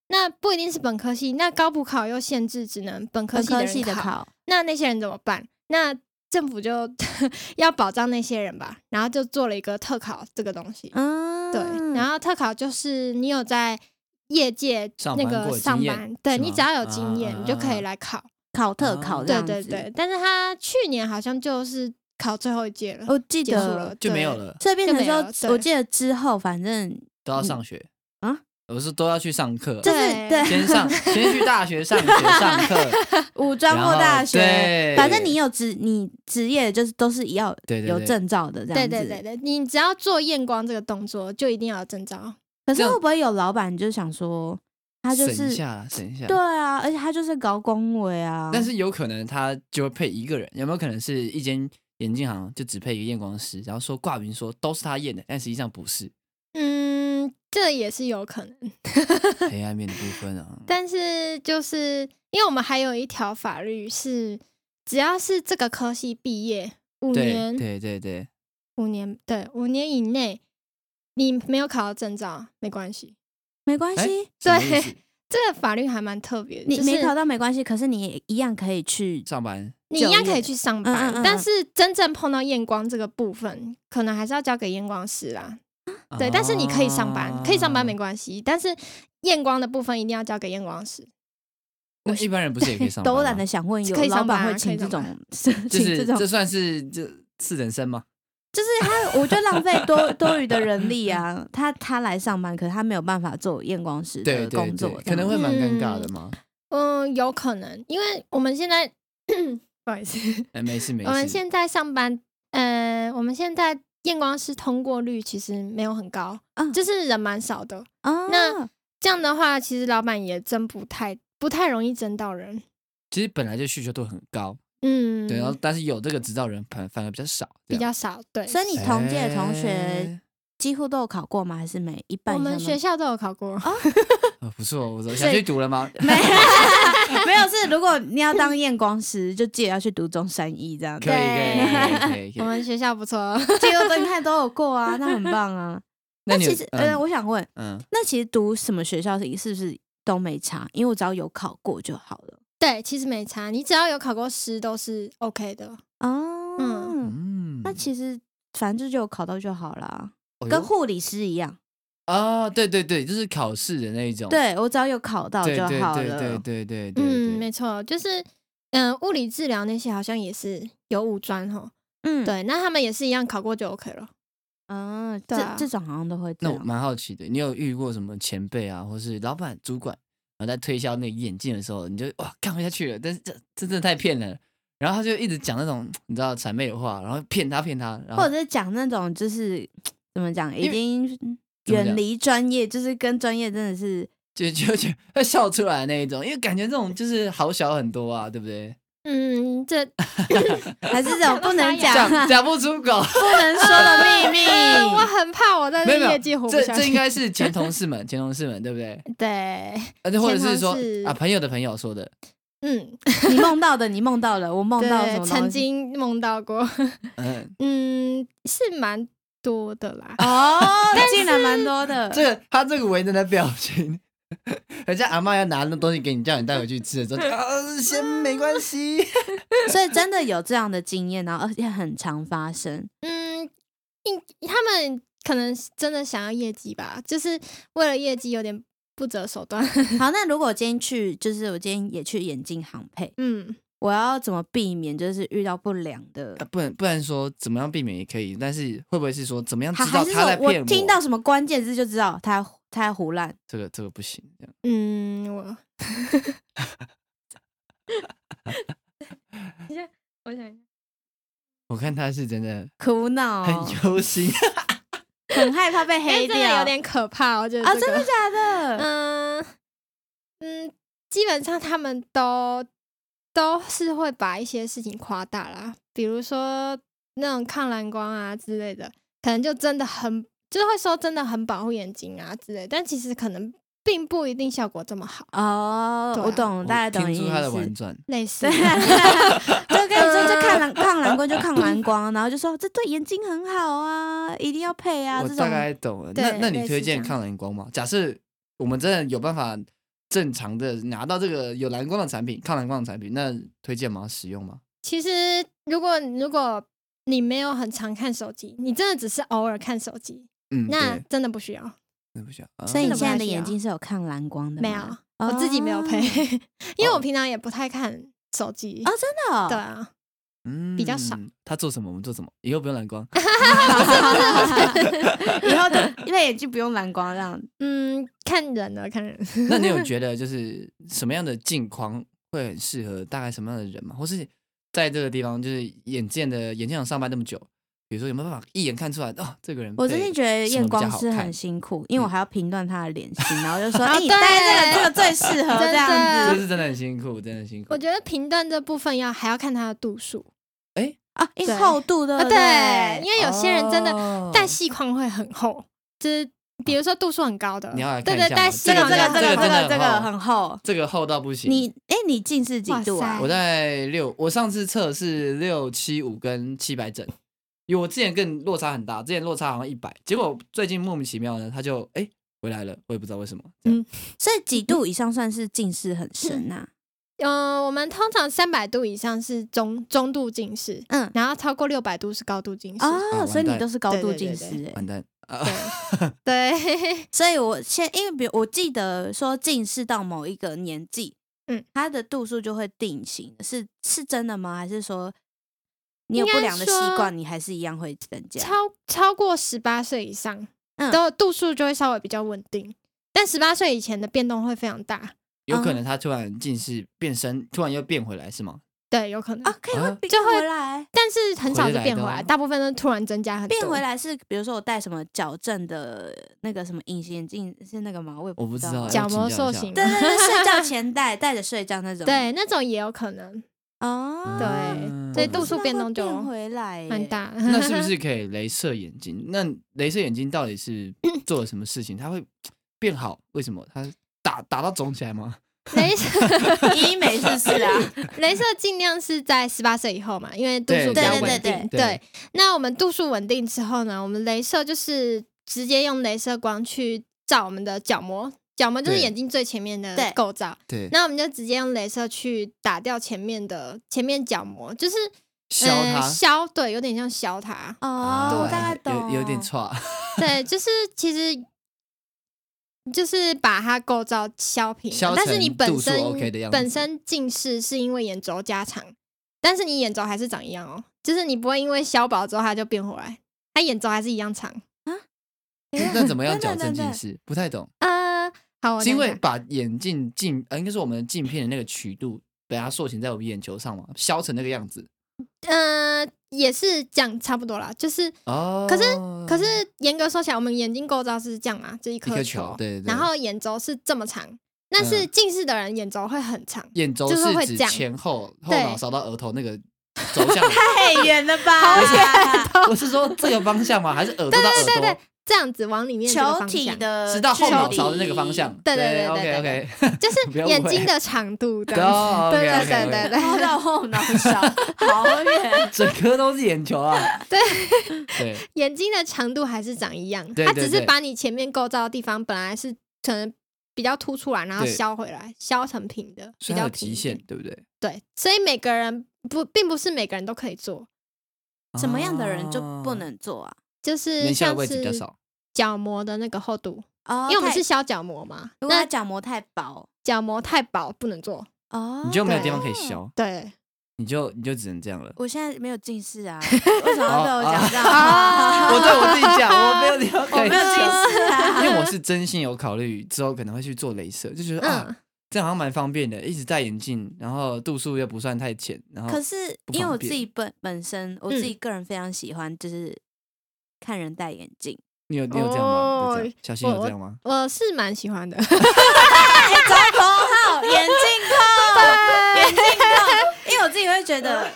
C: 那不一定是本科系，那高普考又限制只能本科
B: 本
C: 系的
B: 科
C: 人
B: 系的考，
C: 那那些人怎么办？那政府就 要保障那些人吧，然后就做了一个特考这个东西。
B: 嗯，
C: 对，然后特考就是你有在业界
A: 上
C: 那
A: 班过
C: 个
A: 的
C: 上
A: 经验
C: 班，对
A: 是
C: 你
A: 吗
C: 只要有经验，
A: 啊
C: 你就可以来考。
B: 考特考这
C: 哦对
B: 样
C: 对
B: 子，
C: 对，但是他去年好像就是考最后一届了，
B: 我记
C: 结束了
B: 得。
A: 就没
C: 对
A: 有了，
B: 所以变成
C: 就没有了
B: 说，
C: 对
B: 我记得之后反正
A: 都要上学
B: 啊。
A: 我是都要去上课，
B: 就是
C: 对
B: 对
A: 先上先去大学 上学上课，
B: 武装或
A: 然后
B: 大学，
A: 对，
B: 反正你有职你职业就是都是要
A: 对对
B: 有
A: 对
B: 证照的这
C: 对
B: 样子。
C: 对对对，你只要做验光这个动作，就一定要有证照。
B: 可
A: 这
B: 是
A: 样
B: 会不会有老板就想说，他就
A: 省一
B: 是
A: 下啦省一下，
B: 对啊，而且他就是搞工委啊，
A: 但是有可能他就会配一个人，有没有可能是一间眼镜行就只配一个验光师，然后说挂名说都是他验的，但实际上不 是
C: 嗯，这也是有可能，
A: 黑暗面的部分啊。
C: 但是就是因为我们还有一条法律是，只要是这个科系毕业五
A: 对
C: 年，
A: 对对对，
C: 五年对五年以内，你没有考到证照没关系。
B: 没关
A: 哎
B: 系，
A: 什么意
C: 对
A: 思
C: 这个法律还蛮特别的，
B: 你
C: 就是
B: 没考到没关系，可是你也一样可以去。
A: 上班
C: 你一样
B: 就业
C: 可以去上班，
B: 嗯嗯嗯
C: 但是真正碰到验光这个部分，可能还是要交给验光师啦。对，但是你可以上班，
A: 啊
C: 可以上班没
B: 哦
A: 关
C: 关系，但是验光的部分一定要交给验光师。
A: 那一般人不是也可以上班吗？ 啊
B: 都懒得想问，有
C: 可以
B: 老
C: 上班啊
B: 板会请
C: 可
B: 这
C: 以上
B: 种
C: 班，
B: 请
A: 就是
B: 这种
A: 这，算是就是人生吗？
B: 就是他，我就浪费多多余的人力 啊。他他来上班，可是他没有办法做验光师
A: 对
B: 的
A: 对
B: 工作
A: 对，，
B: 这
A: 可能
B: 样
A: 会
B: 子
A: 蛮尴尬的嘛。
C: 嗯，有可能，因为我们现在 不好意思，
A: 哎，没事没事，
C: 我们现在上班，呃，我们现在验光师通过率其实没有很高，
B: 嗯
C: 就是人蛮少的。
B: 啊。
C: 那这样的话，其实老板也争不太不太容易争到人。
A: 其实本来就需求度很高，
C: 嗯，
B: 啊
A: 对，然后但是有这个执照人反反而比较少，这
C: 比
A: 样
C: 较少，对。
B: 所以你同届的同学
A: 哎
B: 几乎都有考过吗？哦还是每一半
C: 我
B: 以上都？
C: 们学校都有考过，
A: 呃不错，我说
B: 所
A: 想
B: 以
A: 去读了吗？
B: 没 没有是，如果你要当验光师，就记得要去读中山医这 样
A: 可以。
B: 子
A: 可以可以可以可以
C: 我
A: 可以。
C: 们学校不错。
B: 这个都你看都有过啊，那很棒啊。
A: 那你有
B: 其实，呃，
A: 嗯
B: 我想问，
A: 嗯，
B: 那其实读什么学校是是不是都没差？因为我只要有考过就好了。
C: 对，其实没差，你只要有考过师都是 OK 的。
B: 哦，嗯，
A: 嗯
B: 那其实反正就有考到就好啦，
A: 哦
B: 跟
A: 哟
B: 护理师一样。
A: 啊，对对对，就是考试的那一种，
B: 对我只要有考到
A: 哦对
B: 就
A: 对
B: 好
A: 对
B: 了。
A: 对对对对
C: 嗯，
A: 对，
C: 没错，就是嗯、呃物理治疗那些好像也是有五专吼。
B: 嗯，
C: 对，那他们也是一样考过就 OK 了。
B: 嗯，
C: 对啊
B: 这这种好像都会这
A: 那我
B: 样。
A: 蛮好奇的，你有遇过什么前辈啊，或是老板、主管，然后在推销那个眼镜的时候，你就哇看不下去了，但是这这真的太骗人了。然后他就一直讲那种你知道谄媚的话，然后骗他骗他，然后
B: 或者是讲那种就是怎么讲，已
A: 因为
B: 经
A: 怎么讲
B: 远离专业，就是跟专业真 的是
A: 就就就会笑出来那一种，因为感觉这种就是好小很多啊，对不对？
C: 嗯， 这
B: 还是这种不能讲、
C: 啊
B: 啊
A: 讲讲不 出口，
B: 不能说的秘密。
C: 我 很怕我在
A: 没有没
C: 那
A: 有
C: 业界活不
A: 这
C: 下
A: 这应
C: 去。
A: 该是前同事们，前同事们对不 对？
C: 对，
A: 而且或者是
C: 前
A: 说
C: 同事
A: 啊，朋友的朋友说的，
C: 嗯，
B: 你梦到的，你梦到了，我梦到什
C: 对，
B: 么？
C: 曾。经梦到过，
A: 嗯，
C: 嗯，是蛮多的啦。
A: 啊
B: 哦，竟然蛮多的，
A: 这个他这个为难的表情， 人家阿妈要拿那东西给你，叫你带回去吃的时候，就啊，先没关系。
B: 所以真的有这样的经验，然后而且很常发生。
C: 嗯，应他们可能真的想要业绩吧，就是为了业绩有点不择手段。
B: 好，那如果我今天去，就是我今天也去眼镜行配，
C: 嗯，
B: 我要怎么避免就是遇到不良的
A: 啊？不然不然说怎么样避免也可以，但是会不会是说怎么样
B: 好，
A: 知道
B: 还是
A: 他在
B: 我
A: 骗我？
B: 听到什么关键字就知道他他在胡乱。
A: 这个这个不行，这样
C: 嗯， 我，等一下，我想一下，
A: 我看他是真的
B: 苦恼，
A: 很忧心，
B: 很害怕被
C: 哎
B: 黑
C: 真的
B: 掉，
C: 有点可怕，我觉得
B: 啊，
C: 这
B: 真
C: 个
B: 的假的？
C: 嗯嗯，基本上他们都都是会把一些事情夸大啦，比如说那种抗蓝光啊之类的，可能就真的很就是会说真的很保护眼睛啊之类，但其实可能并不一定效果这么好，
B: 哦，
C: 对啊
B: 我懂，大概懂
A: 听
B: 你
A: 出
B: 意
A: 他的
B: 思
A: 婉。转。
C: 类似
B: 对啊，对啊就跟你说，就 看蓝抗蓝光就抗蓝光，然后就说这对眼睛很好啊，一定要配啊，
A: 我
B: 这
A: 大
B: 种
A: 概懂了。
C: 对
A: 那那你
C: 类
A: 推
C: 似这
A: 荐
C: 样
A: 抗蓝光吗？假设我们真的有办法正常的拿到这个有蓝光的产品，抗蓝光的产品，那推荐吗？使用吗？
C: 其实如果如果你没有很常看手机，你真的只是偶尔看手机，
A: 嗯，
C: 那
A: 对
C: 真的不需要，
A: 那不需要。啊
B: 所以你
C: 哦真
B: 现
C: 的不
B: 在
C: 太
B: 的
C: 需
B: 眼
C: 要
B: 睛是有抗蓝光的
C: 没有
B: 吗，
C: 我自己没有配，
B: 哦
C: 因为
A: 哦
C: 我平常也不太看手机。
B: 哦，真的哦，
C: 对啊，
A: 嗯
C: 比较少。
A: 他做什么我们做什么，以后不用蓝光。
B: 以后的那眼睛不用蓝光，这样
C: 嗯，看人了，看人。
A: 那你有觉得就是什么样的镜框会很适合大概什么样的人吗？或是在这个地方就是眼见的眼镜厂上班那么久，比如说有没有办法一眼看出来哦，这个人
B: 我
A: 配
B: 最近觉得
A: 什
B: 验
A: 么比较
B: 光
A: 好
B: 师很
A: 看
B: 辛苦，因为
A: 嗯
B: 我还要评断他的脸型，然后就说：“
C: 哦
B: 哎，你戴这
C: 对
B: 个这个最适合这样
C: 真
A: 这
B: 子
A: 是真的很辛苦，真的很辛苦
C: 我。觉得评断这部分要还要看它的度数
B: 啊，因为
C: 对
B: 厚度对不
C: 啊，对，
B: 对
C: 因？为有些人真的
A: 哦
C: 戴细框会很厚，就是比如说度数很高的，
A: 你要来看
C: 对
A: 一下吗
C: 对，戴细
B: 这个
C: 框
B: 这个
A: 这
B: 这
A: 个
B: 个
A: 真
B: 这
A: 的很
B: 个这个
A: 厚
B: 很厚。
A: 这个厚到不行。
B: 你哎，你近视几
C: 哇
B: 度啊
C: 塞？
A: 我在六，我上次测是六七五跟七百整，因为我之前更落差很大，之前落差好像一百，结果最近莫名其妙呢，他就哎、回来了，我也不知道为什么。 这样
C: 嗯
B: 所以几度以上算是近视很深啊呐？
C: 嗯、我们通常三百度以上是中中度近视，
B: 嗯
C: 然后超过六百度是高度近视。
B: 哦，
A: 啊完
B: 所以你
A: 蛋
B: 都是高
C: 嗯对
B: 度
C: 对
B: 近
C: 对
B: 视
C: 对
B: 哎。
A: 完蛋啊！
C: 对对，
B: 所以我现因为比如我记得说近视到某一个年纪，
C: 嗯，
B: 它的度数就会定型，是是真的吗？还是说你有
C: 应
B: 不
C: 该
B: 良的习
C: 说
B: 惯，你还是一样会增加？
C: 超超过十八岁以上，
B: 嗯
C: 都度数就会稍微比较稳定，但十八岁以前的变动会非常大，
A: 有可能他突然近视变深，突然又变回来是吗？
C: 对，有可能。
B: 啊，可以会
A: 啊
B: 变
C: 就会
B: 回来，
C: 但是很少是变回
A: 回来的
C: 来，
A: 哦
C: 大部分都突然增加很多。
B: 变回来是比如说我戴什么矫正的那个什么隐形眼镜是那个吗？我也
A: 我不知道，
B: 啊
C: 矫
A: 要请
C: 膜
A: 教一
C: 塑
A: 下
C: 形
B: 对对对，睡觉前戴，戴着睡觉那种。
C: 对，那种也有可能，
B: 哦，
C: 对，
A: 嗯
C: 所以
A: 我不
C: 度数变动就
B: 那会变回来耶
C: 蛮。大。
A: 那是不是可以镭射眼睛？那镭射眼睛到底是做了什么事情？它会变好？为什么？它打打到肿起来吗？
C: 镭射？
B: 医美是不是啊？
C: 镭射尽量是在十八岁以后嘛，因为度
A: 对
C: 数比较
B: 对对
C: 稳
B: 对
C: 定。
A: 对
C: 对，那我们度数稳定之后呢，我们镭射就是直接用镭射光去照我们的角膜，角膜就是
A: 对
C: 眼睛最前面的
B: 对
C: 构造。
A: 对，
C: 那我们就直接用镭射去打掉前面的前面角膜，就是
A: 削
C: 呃
A: 它
C: 削，对，有点像削它。
A: 啊
B: 哦，大概懂，
A: 有有点差。
C: 对，就是其实就是把它构造削平
A: 削
C: 了，但是你
A: 成
C: 本
A: 度数
C: 身、
A: OK 的样子
C: 本身近视是因为眼轴加长，但是你眼轴还是长一样哦，就是你不会因为削薄之后它就变回来，它眼轴还是一样长。
A: 那怎么样矫
B: 等
A: 正
B: 等等
A: 近
B: 等
A: 视？不太懂，
C: 呃，好，我
A: 是因
C: 想
A: 为
C: 想
A: 把眼镜镜呃，应该是我们镜片的那个曲度，把它塑形在我们眼球上嘛，削成那个样子。
C: 呃也是这样差不多啦，就是
A: 哦，
C: 可是可是严格说起来，我们眼睛构造是这样嘛，就一颗
A: 颗球对对嗯
C: 然后眼轴是这么长，但是近视的人眼轴会很长。
A: 眼轴
C: 就是
A: 是
C: 会
A: 指
C: 这样
A: 前后后
C: 对
A: 脑勺到额头那个 轴向吗，
B: 太远了吧？好远，
A: 我是说这个方向吗？还是耳朵到
C: 对
A: 耳朵？
C: 对对对，这样子往里面这个
B: 球
C: 方
B: 体
C: 向
B: 的
A: 是到后脑
B: 距离
A: 勺的那个方向。
C: 对对对
A: ，OK
C: 对
A: OK。
C: 对就
A: 不
C: 是
A: 要误会
C: 眼睛的长度这
A: 哦
C: 样子，对对
A: ，OK，OK，OK
C: 对对
B: 抛
C: 对，
B: 到后脑勺，好远。
A: 整颗都是眼球啊！对对
C: 眼睛的长度还是长一样，
A: 对
C: 它
A: 对
C: 只是
A: 对
C: 把你前面构造的地方本来是可能比较凸出来，然后
A: 对
C: 削回来，削成平的，
A: 所以
C: 比
A: 它有
C: 较
A: 极
C: 平。
A: 限，对不对？
C: 对，所以每个人不并不是每个人都可以做，
B: 什么样的人就不
A: 哦
B: 能做啊？
C: 就是
A: 能下的
C: 像
A: 位置比较
C: 是
A: 少。
C: 角膜的那个厚度，
B: 哦
C: 因为我们
B: 太
C: 是削角膜嘛，
B: 如果他
C: 那
B: 角膜太薄
C: 角膜太薄不能做。
B: 哦，
A: 你就没有地方
B: 对
A: 可以。削，
C: 对，
A: 你就你就只能这样了。
B: 我现在没有近视 啊，为什么要对我讲这样？
C: 啊
A: 我对我自己讲，我没有地方
B: 我
A: 可以
B: 没有近
A: 削，
B: 视啊，
A: 因为我是真心有考虑之后可能会去做镭射，就觉得啊
C: 嗯，
A: 这样好像蛮方便的，一直戴眼镜，然后度数又不算太浅，然后
B: 可是
A: 不
B: 因为
A: 方
B: 我自
A: 便嗯
B: 己本本身我自己个人非常喜欢，就是看人戴眼镜。
A: 你有你有这样吗？
C: 哦
A: 有这样小新有这样吗？
C: 我是蛮 喜欢的，
B: 找口号，眼镜控，眼镜控，因为我自己会觉 得，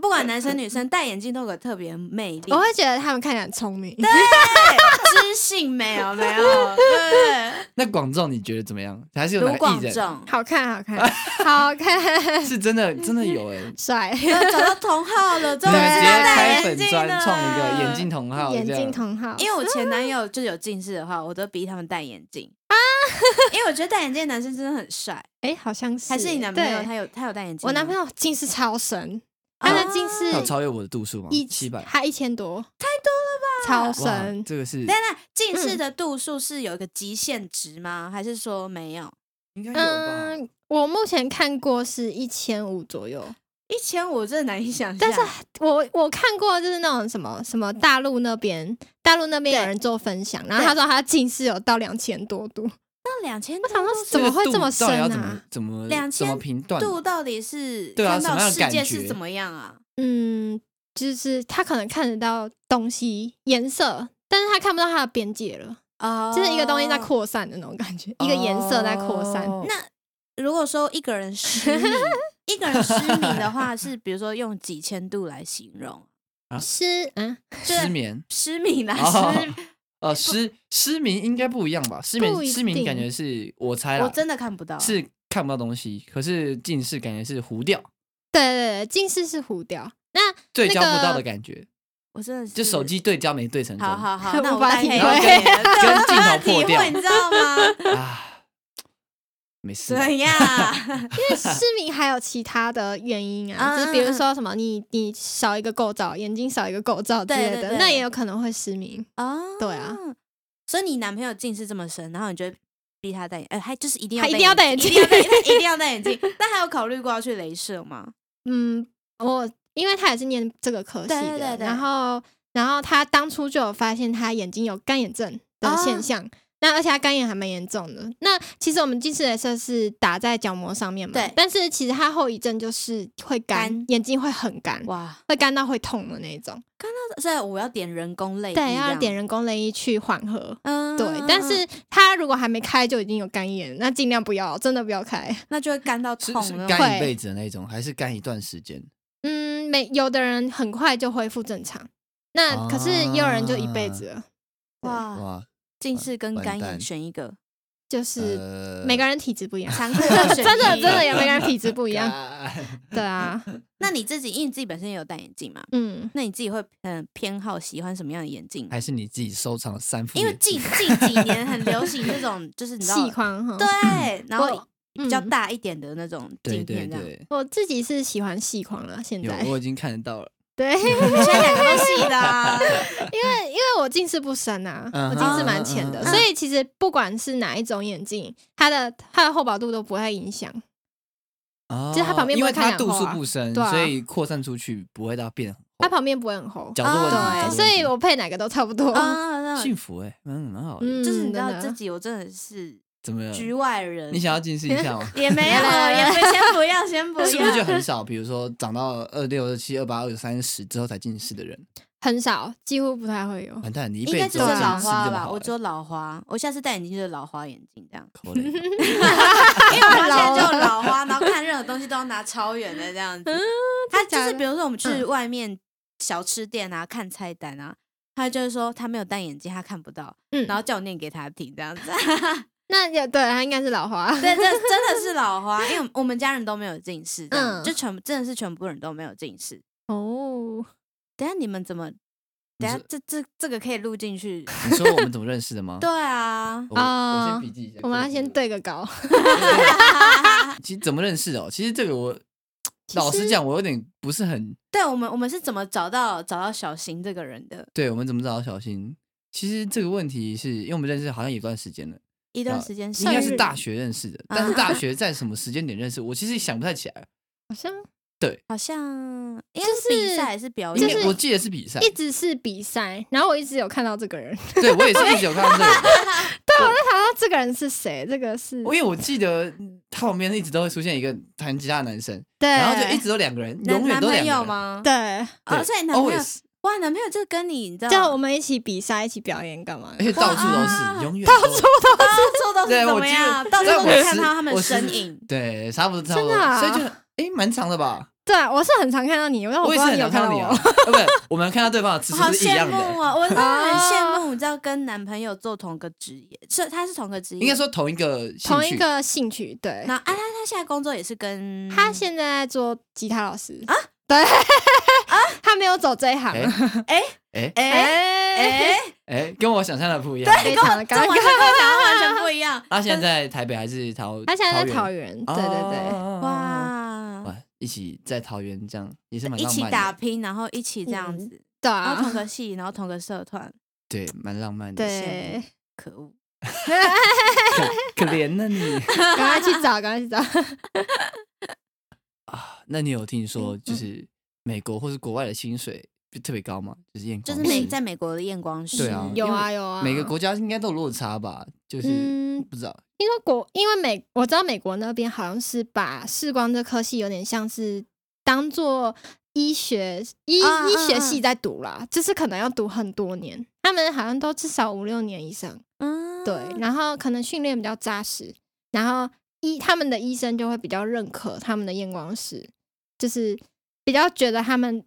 B: 不管男生女生戴眼镜都有个特别魅力
C: 我，会觉得他们看起来很聪明。
B: 对，知性美有没有？对，
A: 那广仲你觉得怎么样？还是有哪
B: 卢
A: 个
B: 广
A: 艺人
B: 仲，
C: 好看，好看，好 看，
A: 是真 的真的有哎、欸？
C: 帅，
B: 找到同号
A: 你
B: 了，
C: 啊
B: 终于
A: 们直接
B: 戴
A: 开
B: 眼
A: 粉
B: 镜
A: 专
B: 了。
A: 创一个眼镜同号，
C: 眼
A: 这样
C: 镜同好，
B: 因为我前男友就有近视的话，我都逼他们戴眼镜因为我觉得戴眼镜的男生真的很帅。
C: 哎，好像是，
B: 还是你男朋友
C: 对
B: 他有他有戴眼镜吗？
C: 我男朋友近视超神，
B: 哦
C: 他的近视
A: 他有超越我的度数吗？
C: 一
A: 哦七百，
C: 他一千多，太多了吧？超
A: 哇
C: 神，，
A: 这个是
B: 等等，近视的度数是有一个极限值吗？还是说没有？
A: 应该有吧？
C: 嗯，我目前看过是一千五左右，
B: 一千五真的难以想象。
C: 但是我我看过就是那种什么什么大陆那边，大陆那边有
B: 对
C: 人做分享，然后他说他近视有到两千多度，
B: 那两千
C: 我想说
A: 这
C: 怎
A: 个
C: 么会
A: 度
C: 这么
A: 到底要
C: 深
A: 怎
C: 啊
A: 么怎么
B: 2000
A: 怎么评断？
B: 度到底是
A: 对啊
B: 看
A: 什
B: 到
A: 么样的
B: 世
A: 感
B: 界
A: 觉
B: 是怎么样啊？
C: 嗯，就是他可能看得到东西颜色，但是他看不到它的边界了，
B: 哦
C: 就是一个东西在。扩散的那种感觉，一个颜色在扩散。
A: 哦
B: 那如果说一个人失明，一个人失明的话，是比如说用几千度来形容
C: 是嗯，
A: 失 眠
B: 失明啦，
A: 哦
B: 失
A: 呃失失明应该不一样吧？失眠
C: 不一
A: 失明
C: 定
A: 感觉是我猜
B: 我
A: 啦，
B: 真的看不到。
A: 是看不到东西，可是近视感觉是糊掉，
C: 对对对，近视是糊掉。那
A: 对焦
C: 那个
A: 不到的感觉，
B: 我真的是
A: 就手。机对焦没对成功
B: 好好好，那
C: 无
B: 我
C: 法
B: 大概可以
C: 体会
B: 理解了对
A: 跟
B: 我
A: 镜
B: 无法
A: 头破
B: 体
A: 掉
B: 会你知道吗？
A: 啊，没事啊，
B: 怎样啊？
C: 因 为失明还有其他的原因啊，
B: 嗯
C: 就是比如说什么你你少一个构造，眼睛少一个构造之类的，
B: 对对对
C: 那也有可能会失明。
B: 哦，
C: 对啊，
B: 所以你男朋友近视这么深，然后你就逼他戴眼，呃，他就是一定要
C: 他一定要戴
B: 一定
C: 眼
B: 要
C: 镜
B: 戴，他一定要戴 眼镜。但他有考虑过要去镭射吗？
C: 嗯，我因为他也是念这个科系的，
B: 对对对对
C: 然后然后他当初就有发现他眼睛有干眼症的
B: 哦
C: 现象。那而且他干眼还蛮严重的。那其实我们近视雷射是打在角膜上面嘛，
B: 对
C: 但是其实它后遗症就是会干，
B: 干
C: 眼睛会很干，
B: 哇，
C: 会干到会痛的那种。
B: 所以我要点人工泪，
C: 对，要点，人工泪液去缓和。
B: 嗯
C: 对，
B: 嗯
C: 但
B: 嗯
C: 是他如果还没开就已经有干眼，那尽量不要，真的不要开。
B: 那就会干到痛
A: 是是
B: 那种。
A: 干一辈子的那种，还是干一段时间？
C: 嗯，没有的人很快就恢复正常，那可是也有人就一辈子了，啊
B: 哇，
A: 哇，
B: 近视跟
A: 完
B: 干眼
A: 蛋
B: 选 一个，
C: 就是
A: 呃
C: 每个人体质不一样，
B: 残酷二选
C: 真的
B: 一
C: 真的有每个人体质不一样。
A: 干
C: 对啊，
B: 那你自己，因为你自己本身也有戴眼镜嘛，
C: 嗯，
B: 那你自己会嗯偏好喜欢什么样的眼镜？
A: 还是你自己收藏三副
B: 因为
A: 眼
B: 近
A: 镜？
B: 近几年很流行这种，就是你知道
C: 细，框哈。
B: 对，然后
C: 我
B: 比较
C: 嗯
B: 大一点的那种
A: 对
B: 镜
A: 对
B: 片这样。
A: 对，
C: 我自己是喜欢细框啦，现
A: 有
C: 在
A: 我已经看得到了，
C: 对，因
B: 现在两个都细的、啊，
C: 为 因为我近视不深啊，
A: 嗯
C: 我近视蛮浅
A: 嗯
C: 的，
A: 嗯嗯
C: 所以其实不管是哪一种眼镜，它的它的厚薄度都不太影响。
A: 哦
C: 就是它旁边
A: 因
C: 不
A: 为
C: 会看
A: 它
C: 两
A: 度数
C: 厚啊
A: 不深，
C: 对啊
A: 所以扩散出去不会到变很
C: 它
A: 厚。
C: 旁边不会很厚，
A: 角度问题
B: 啊
A: 角
C: 对，
A: 度
C: 所
A: 问
C: 以
A: 题
C: 我配哪个都差不多。
B: 啊，那
A: 幸福哎，蛮蛮好的。
C: 嗯，
B: 就是你知道
C: 真的
B: 自己，我真的啊嗯是
A: 怎么了？
B: 局外人，？
A: 你想要近视一下吗
B: 也 没有，
C: 来
B: 也
C: 来
B: 没先不要， 先不要，
A: 是不是就很少？比如说长到二六、二七、二八、二九、三十之后才近视的人，很
C: 很少，几乎不太会有。
A: 完蛋，你一
B: 应
A: 辈
B: 该
A: 子
B: 只
A: 都
B: 有
A: 近
C: 对
A: 视
B: 老
C: 啊
B: 花
A: 就
B: 吧？
A: 好
B: 我
A: 了
B: 只。有老花，我下次戴眼镜就是老花眼镜这样，
A: 口雷
B: 因为我发现
C: 老
B: 就老 花，嗯然后看任何东西都要拿超远的这样子。他就
C: 假
B: 是
C: 的
B: 比如说我们去外面小吃店啊看菜单啊，他就是说他没有戴眼镜，他看不到，
C: 嗯，
B: 然后叫我念给他听这样 子。
C: 那也对，他应该是老花。
B: 对， 这真的是老花，因为我们我们家人都没有近视，这样
C: 嗯
B: 就全部真的是全部人都没有近视。
C: 哦，
B: 等一下你们怎么？
A: 你
B: 等一
A: 说
B: 下这这这个可以录进去？
A: 你说我们怎么认识的吗？
B: 对啊，
A: 我我先
C: 啊
A: 笔记一下。
C: 我们要先对个稿。
A: 其实怎么认识的哦？其实这个我
C: 其实
A: 老实讲，我有点不是很
B: 对我们我们是怎么找到找到小新这个人的？
A: 对。我们怎么找到小新？其实这个问题是因为我们认识好像有一段时间了，
B: 一段时间
A: 啊应
B: 上
A: 该
B: 日
A: 是大学认识的，但是大学在什么时间点认识，我其实想不太起来。
C: 好像
B: 好像应该是
C: 就是
B: 比赛哦还是表
C: 就
A: 应
B: 演？
A: 该我记得是比赛，
C: 一直是比赛，然后我一直有看到这个人，
A: 对我也是一直有看到这 个，
C: 那想到这个人是谁？这个是
A: 我因为我记得他旁边一直都会出现一个弹吉他的男生，
C: 对，
A: 然后就一直都两个人，
B: 男
A: 永远
B: 男
A: 都
B: 朋
A: 两
B: 友
A: 个人。
B: 吗？
C: 对，
B: 哦，
A: 对
B: 所以男朋友
A: ，always，
B: 哇，男朋友就跟你，你知道，
C: 叫我们一起比赛，一起表演干嘛
A: 而？且到处都
B: 哇
A: 是，永远到处
B: 到处都是
A: 对
B: 怎
A: 我
B: 么
A: 记
B: 样？
A: 得
B: 到处
A: 在
B: 都
A: 我
B: 能看
A: 十
B: 到他们
A: 我
B: 的
A: 十
B: 身影。
A: 对，差不多差不多，
C: 真的啊
A: 所以就哎蛮长的吧。
C: 对，我是很常看到你，
B: 哦
C: 因为我不
A: 也
C: 知
A: 是
C: 道
A: 很
C: 你有
A: 常看
C: 到
A: 到你啊，
C: 我。
A: 呃不是，我们看到对方的 姿
B: 我好
A: 势是一
B: 羡
A: 样
B: 慕
A: 的，
B: 哦！我真的很羡
C: 啊
B: 慕，你知道跟男朋友做同个职业，是他是同个职业，
A: 应该说同一个兴
C: 同一
A: 趣，
C: 个兴趣，对。
B: 然后啊，他他现在工作也是跟
C: 他现在在做吉他老师啊，对 他没有走这一行
A: 啊哎，哎
B: 哎
C: 哎，
B: 哎，
A: 哎，跟我想象的不一样。。
C: 非
B: 跟我
C: 常
B: 这
C: 的
B: 完全
C: 尴
B: 跟我
C: 尬。
B: 想 的完全不一样
A: 他现在在台北还是桃？
C: 他现在在
A: 桃
C: 桃
A: 园，哦
C: 园，对对对，
A: 对
B: 哇，
A: 哇，一起在桃园这样也是蛮
B: 一
A: 浪
B: 起
A: 漫
B: 打
A: 的，
B: 拼，然后一起这样
C: 嗯
B: 子，
C: 对
A: 哦
B: 然后同
C: 啊，
B: 个系，然后同个社团，
A: 对，蛮浪漫 的。
B: 羡
C: 对，
B: 可
A: 哦
B: 恶。
A: 可可怜了 你
C: 赶快去找，赶快去找。
A: 啊！那你有听说
B: 嗯
A: 就是美国或是国外的薪水就特别高吗？就是验
B: 就
A: 光
B: 是
A: 师
B: 美在美国的验光 师，
A: 对啊
C: 有啊
A: 因为
C: 有啊，
A: 每
B: 嗯
A: 个国家应该都有落差吧？就是
C: 嗯，
A: 不知道
C: 因为国，因为美，我知道美国那边好像是把视光这科系有点像是当做医学医、
B: 嗯
C: 医
B: 嗯
C: 学
B: 嗯
C: 系在读啦，就是可能要读很多年，他们好像都至少五六年以上，
B: 嗯，
C: 对，然后可能训练比较扎实，然后医他们的医生就会比较认可他们的验光师，就是比较觉得他们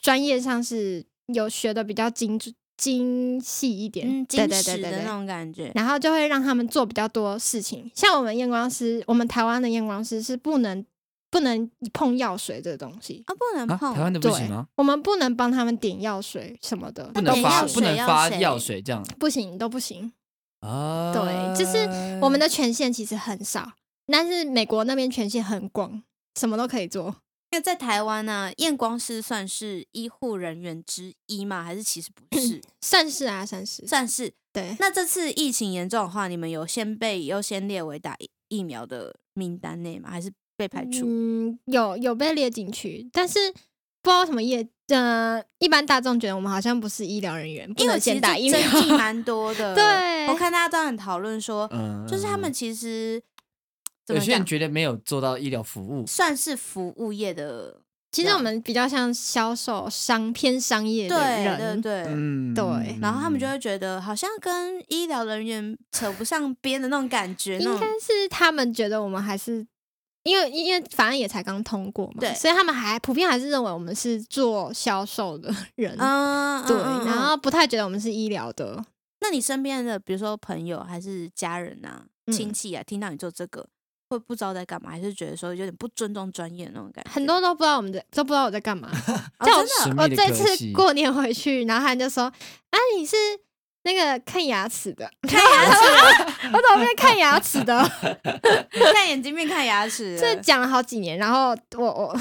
C: 专业上是有学的比较精准精细一点，
B: 嗯，
C: 对
B: 矜
C: 对对
B: 持
C: 对
B: 的
C: 对
B: 那。种感觉，
C: 然后就会让他们做比较多事情。像我们验光师，我们台湾的验光师是不能不能碰药水这个东西，
B: 啊，不能
A: 啊，
B: 碰，
A: 台湾的不
C: 对
A: 行吗？
C: 我们不能帮他们点药水什么的，
A: 不
B: 那
A: 能
B: 点
A: 发
B: 药
A: 不
B: 水
A: 能
B: 要
A: 发
B: 谁
A: 药水这样
C: 不行都不行。
A: 啊？
C: 对就是
B: 嗯
C: 我们的权限其实很少，但是美国那边权限很广，什么都可以做。
B: 因为在台湾呢、验光师算是医护人员之一吗？还是其实不 是？
C: 算是啊，算是，
B: 算是。
C: 对，
B: 那这次疫情严重的话，你们有先被优先列为打疫疫苗的名单内吗？还是被排除？
C: 嗯，有有被列进去，但是不知道为什么业，呃，一般大众觉得我们好像不是医疗人员，不
B: 因为
C: 能
B: 其实
C: 先
B: 这
C: 打疫苗。
B: 争 议蛮多的。
C: 对
B: 我看大家都很讨论说，
A: 嗯
B: 就是他们
A: 嗯
B: 其实怎
A: 有
B: 么
A: 些人
B: 讲，
A: 觉得没有做到医疗服务，
B: 算是服务业的，
C: 其实我们比较像销售商偏商业的
B: 对对
C: 人，
B: 对。
A: 嗯，
C: 对
B: 然后他们就会觉得好像跟医疗人员扯不上边的那种感觉，那
C: 应
B: 种
C: 该是他们觉得我们还是因为因为法案也才刚通过嘛，
B: 对
C: 所以他们还普遍还是认为我们是做销售的人，
B: 嗯，嗯
C: 对，
B: 嗯嗯
C: 然后不太觉得我们是医疗的，
B: 那你身边的，比如说朋友还是家人啊、
C: 嗯
B: 亲戚啊，听到你做这个，会不知道在干嘛，还是觉得说有点不尊重专业那种感觉？
C: 很多都不知道我们在都不知道我在干嘛。
B: 哦
C: 像我
A: 神
B: 真
A: 秘
C: 我
A: 的
C: 这
A: 科
C: 次
A: 系
C: 过年回去，然后他就说：“啊，你是那个看牙齿的，
B: 看牙齿，
C: 我怎么变看牙齿的？”
B: 看眼睛变看牙齿了，
C: 这讲了好几年，然后我我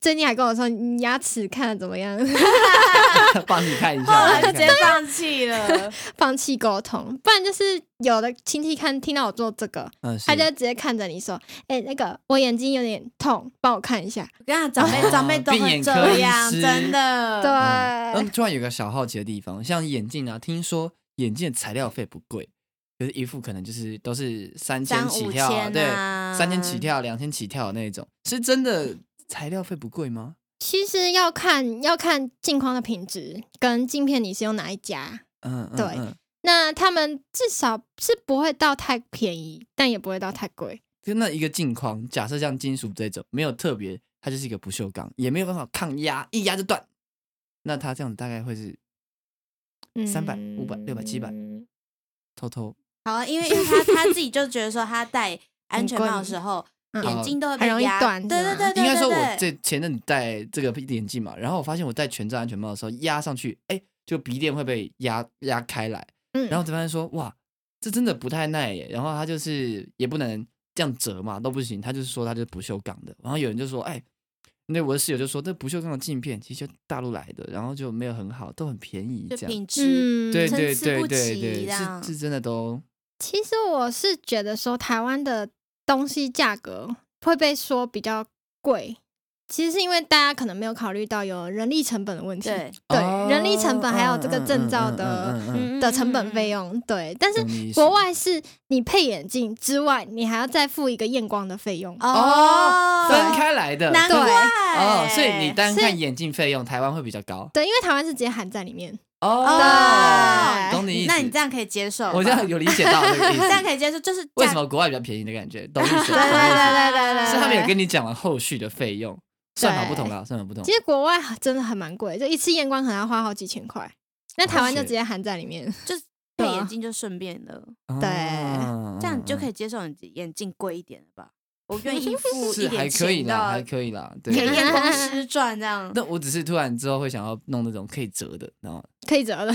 C: 最近还跟我说你牙齿看的怎么样，
A: 帮你看一
B: 后来
A: 下，帮
B: 就直
A: 你
B: 接
A: 看一下
B: 放弃了。
C: 放弃沟通，不然就是有的亲戚看听到我做这个，
A: 嗯，
C: 他
A: 是
C: 就直接看着你说，哎、那个我眼睛有点痛，帮我看一下。
B: 我跟你讲，长辈
A: 哦
B: 长辈都
A: 病
B: 会
A: 眼科
B: 这
A: 医
B: 样，
A: 师
B: 真的。
C: 对，
A: 嗯嗯，突然有个小好奇的地方，像眼镜啊，听说眼镜的材料费不贵，可是一副可能就是都是三千
B: 三
A: 起
B: 五
A: 跳啊，
B: 千
A: 对，
B: 啊
A: 三千起跳、两千起跳的那种，是真的材料费不贵吗？
C: 其实要看要看镜框的品质跟镜片你是用哪一家，
A: 嗯，嗯
C: 对
A: 嗯
C: 那他们至少是不会到太便宜，但也不会到太贵。
A: 就那一个镜框，假设像金属这种没有特别，它就是一个不锈钢，也没有办法抗压，一压就断。那它这样子大概会是
C: 嗯，
A: 300 500 600 700偷偷
B: 好啊，因为因为他他自己就觉得说，他戴安全帽的时候，
C: 嗯
A: 哦
B: 眼睛都会被
C: 很容易
B: 压
C: 断
B: 对
C: 是
B: 对
C: 吗
B: 对对，
A: 应该说，
B: 对
A: 我
B: 对
A: 这前阵子戴这个眼镜嘛，然后我发现我戴全罩安全帽的时候压上去，哎、就鼻垫会被压压开来，
C: 嗯，
A: 然后我就发现说，哇，这真的不太耐耶。然后它就是也不能这样折嘛，都不行。他就是说它就是不锈钢的。然后有人就说，哎、那我的室友就说，这不锈钢的镜片其实就大陆来的，然后就没有很好，都很便宜这
B: 就
A: 样。
B: 品质，
C: 嗯，
A: 对
B: 参
A: 对
B: 差
A: 对
B: 不
A: 对
B: 齐
A: 对，
B: 这样
A: 是是真的都
C: 其实我是觉得说，台湾的东西价格会被说比较贵，其实是因为大家可能没有考虑到有人力成本的问题，
B: 对，
A: 哦
C: 人力成本还有这个证照
A: 嗯
C: 的
A: 嗯嗯嗯嗯嗯
C: 的成本费用，对。但是
A: 懂你意思
C: 国外是你配眼镜之外，你还要再付一个验光的费用。
B: 哦，
A: 嗯分开来的，
B: 难怪
A: 哦，所以你单
C: 是
A: 看眼镜费用，台湾会比较高
C: 对，因为台湾是直接含在里面。
B: 哦
A: 哦，懂你意思。
B: 那你这样可以接受吧，
A: 我这样有理解到这个意
B: 这样
A: 思。
B: 可以接受，就是
A: 为
B: 价
A: 什么国外比较便宜的感觉？懂意思？懂意
B: 对对对
A: 思。
B: 对对对，
A: 是他们有跟你讲完后续的费用，算法不同啦，算法不同
C: 其。实国外真的还蛮贵，就一次验光可能要花好几千块，那台湾就直接含在里面。
B: 配眼镜就顺便了，
A: 嗯
C: 对
B: 这样你就可
A: 以
B: 以接受你眼镜贵一点了吧？我愿意付一
A: 是还
B: 点
A: 可以
B: 钱
A: 啦，
B: 到
A: 还可以啦。对
B: 给
A: 对。对
B: 验 光师赚这样。
A: 但我只是突然之后会想要弄那种可以折的，然后
C: 可以折的。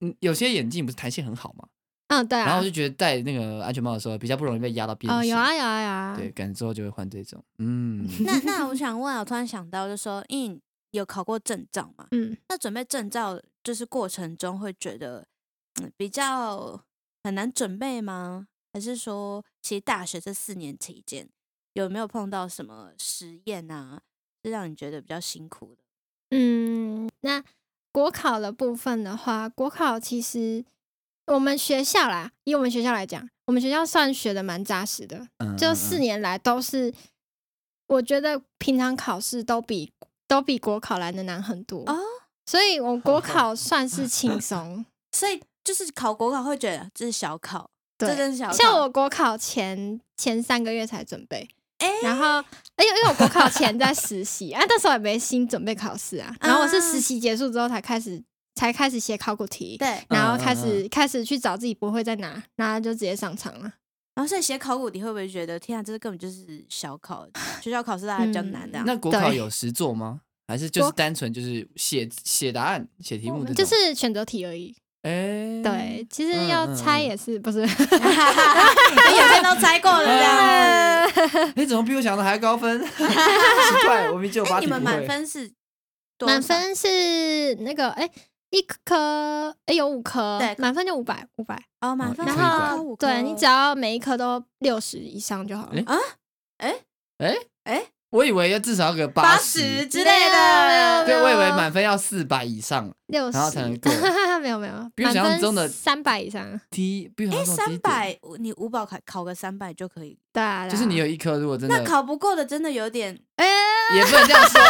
A: 嗯，有些眼镜不是弹性很好嘛，
C: 嗯，对啊。
A: 然后我就觉得戴那个安全帽的时候比较不容易被压到边
C: 哦，
A: 形。
C: 有啊有啊有啊。
A: 对，感觉之后就会换这种。嗯，
B: 那那我想问啊，我突然想到，就说，因为你有考过证照嘛？
C: 嗯，
B: 那准备证照就是过程中会觉得，嗯，比较很难准备吗？还是说，其实大学这四年期间有没有碰到什么实验啊，是让你觉得比较辛苦的？
C: 嗯，那国考的部分的话，国考其实我们学校啦，以我们学校来讲，我们学校算学的蛮扎实的，
A: 嗯
C: 就四，年来都是，我觉得平常考试都比都比国考来的难很多
B: 哦
C: 所以我国考算是轻松。
B: 所以就是考国考会觉得这是小考， 这
C: 对，
B: 真是小考。
C: 像我国考前前三个月才准备，
B: 哎
C: 然后而且因为我国考前在实习啊，那时候也没心准备考试啊，然后我是实习结束之后才开始才开始写考古题。
B: 对，
C: 然后
A: 嗯
C: 开始、开始去找自己不会在哪，然后就直接上场了。
B: 然后所以写考古题会不会觉得，天啊，这个根本就是小考，学校考试大家比较难
A: 嗯嗯
B: 啊这样？
A: 嗯那国考
C: 对
A: 有实作吗？还 是就是
C: 国
A: 单纯就是写写答案、写题目这种？
C: 就是选择题而已。
A: 哎，
C: 对，其实
A: 嗯
C: 要
A: 嗯嗯
C: 猜也是不是？
B: 你有些都猜过了这
A: 啊
B: 样子。
A: 你怎么比我想的还高分？ 奇怪，我明明 就有
B: 哎，
A: 八
B: 你
A: 题不
B: 们满
A: 会。
B: 分是多少
C: 满分是那个哎、一科哎、有五科，
B: 对
C: 满分就五百五百，
B: 哦，满分
A: 一
C: 然
A: 科100
C: 后对你只要每一科都六十以上就好了
A: 诶。哎
B: 哎
A: 我以为要至少要个
B: 八
A: 十
B: 十，之类的，
C: 没有
A: 对，我以为满分要四百以上，
C: 六十，
A: 然后才 能过
C: 没有没有，
A: 比我想象
C: 满分
A: 中的
C: 三百以上。啊
A: 低，比我
B: 哎，
A: 想象中低
B: 三
A: 一点。
B: 百，你五百考考个三百就可以。
C: 对啊，对啊
A: 就是你有一科，如果真的
B: 那考不过的真的有点
C: 哎、
A: 也不能这样 说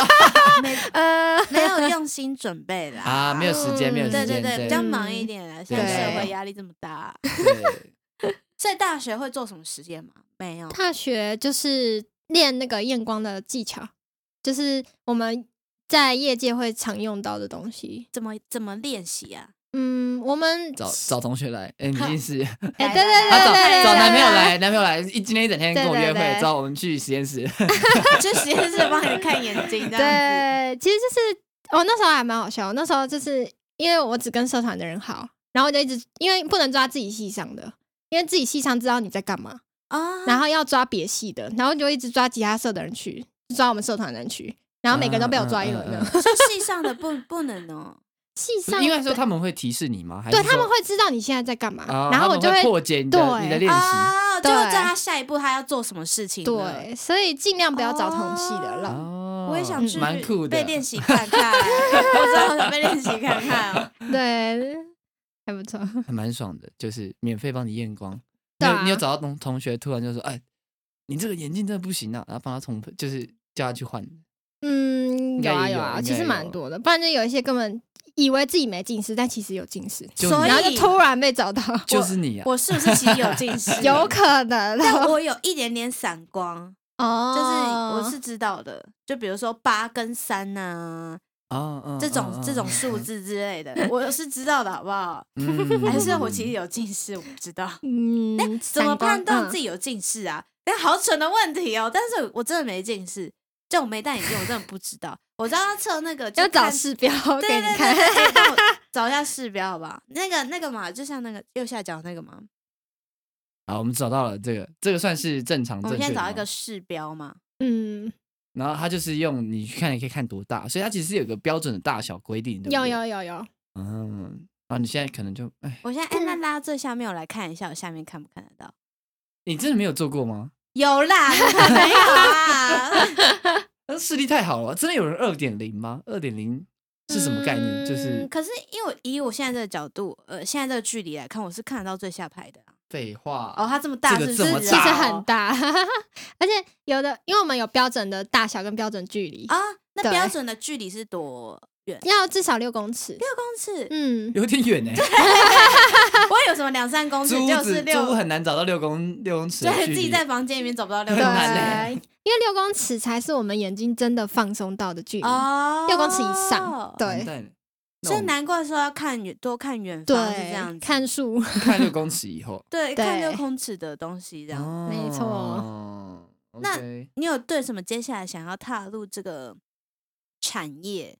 B: 没
C: 呃，
B: 没有用心准备啦
A: 啊，没有时间，没嗯有时
B: 对
A: 间，
B: 对对，比
A: 对
B: 较忙一点啦，现在社会
C: 对
B: 压力这么大，
A: 对
B: 所以大学会做什么实验吗？没有，
C: 大学就是练那个验光的技巧，就是我们在业界会常用到的东西。
B: 怎么怎么练习啊？
C: 嗯，我们
A: 找找同学来，哎，你一定是。
C: 哎、对对对
A: 他
C: 对
A: 找
C: 对对，
A: 找男朋友
C: 对
A: 来，男朋友来一今天一整天跟我
C: 对对
A: 约
C: 对
A: 会，找我们去实验室。
B: 去实验室帮你看眼睛这样子。
C: 对，其实就是我、那时候还蛮好笑，那时候就是因为我只跟社团的人好，然后我就一直因为不能抓自己系上的，因为自己系上知道你在干嘛，
B: 啊，
C: 然后要抓别系的，然后就一直抓其他社的人去，就抓我们社团的人去，然后每个
B: 啊
C: 人都被我抓一轮
A: 嗯嗯
C: 的
A: 嗯。
B: 就系上的不不能哦，
C: 系
A: 不是
C: 上
A: 应该说他们会提示你吗？还是
C: 对他们
A: 说
C: 会知道你现在在干嘛，
A: 啊
C: 然后
A: 他们
C: 我就
A: 会
C: 会
A: 破解你的
C: 对
A: 你的 练习。
B: 啊，就
C: 对
B: 知道他下一步他要做什么事情。，
C: 对，所以尽量不要找同系的了。
A: 哦
B: 我也想去
A: 蛮酷的
B: 被。练习看看，我真 的好想被练习看看哦。
C: 对，还不 错。
A: 还 蛮爽的，就是免费帮你验光。你
C: 对
A: 有
C: 啊
A: 你有找到同同学突然就说：“哎，你这个眼镜真的不行啊！”然后帮他重喷，就是叫他去换。
C: 嗯，有啊
A: 应该也有
C: 啊，
A: 应该
C: 其实
A: 也
C: 蛮
A: 有
C: 多的，不然就有一些根本以为自己没近视，但其实有近视，
A: 就
B: 所
A: 你
B: 以
C: 然后就突然被找到，
A: 就是你啊！
B: 我是不是其实有近视？
C: 有，可能
B: 但我有一点点散光，就是
C: 哦，
B: 我是知道的。就比如说八跟三呐，
A: 啊嗯
B: 这种
A: 嗯
B: 这种数字之类的，我是知道的，好不好？
A: 嗯
B: 还是我其实有近视，我不知道。
C: 嗯，
B: 怎么
C: 散光
B: 判断
C: 嗯
B: 自己有近视啊？但好蠢的问题哦！但是我真的没近视，就我没戴眼镜，我真的不知道。我知道要测那个，就
C: 要找
B: 看
C: 视标
B: 对
C: 给
B: 对
C: 你
B: 对
C: 看？
B: 对对帮我找一下视标好不好？那个那个嘛，就像那个右下角那个嘛，
A: 好，我们找到了这个，这个算是正常
B: 我
A: 正确
B: 们
A: 的
B: 现在找一
A: 吗
B: 个视标嘛。
C: 嗯，
A: 然后它就是用你去看，你可以看多大，所以它其实有个标准的大小规定，对不
C: 有
A: 对？
C: 有有有，
A: 嗯，啊，你现在可能就哎，
B: 我现
C: 嗯
B: 在按那拉最下面，我来看一下，我下面看不看得到？
A: 你真的没有做过吗？
B: 啊有啦，没有啦，
A: 是视力太好了，真的有人二点零吗？二点零是什么概念？就是
B: 嗯可是因为以我现在这个角度，呃，现在这个距离来看，我是看得到最下排的啊、
A: 废话
B: 哦，它这么大
A: 这
B: 是
A: 个
B: 不
A: 这
B: 是
A: 么大
B: 啊？
A: 哦
C: 其实很大， 而且有的，因为我们有标准的大小跟标准距离，
B: 啊。那
C: 对
B: 标准的距离是多远？
C: 要至少六公尺。
B: 六公尺？
C: 嗯，
A: 有点 远哎、
B: 我有什么两三公尺
A: 租
B: 就是
A: 子
B: 六
A: 租，很难找到六公六公尺的
B: 对
A: 距
B: 自己
A: 离，
B: 在房间里面找不到六
A: 很
C: 对，
B: 公
A: 难欸
B: 尺
C: 因为六公尺才是我们眼睛真的放松到的距离。
B: 哦，
C: 六公尺以上，
A: 完
C: 对
A: 蛋了那
B: 所
A: 我
B: 以
A: 们
B: 难怪说要看远多看远方是这样
C: 对，
B: 子，
C: 看树，
A: 看六公尺以后，
B: 对看
C: 对
B: 六公尺的东西这样。
C: 没错
A: 哦 OK
B: 那你有对什么接下来想要踏入这个产业，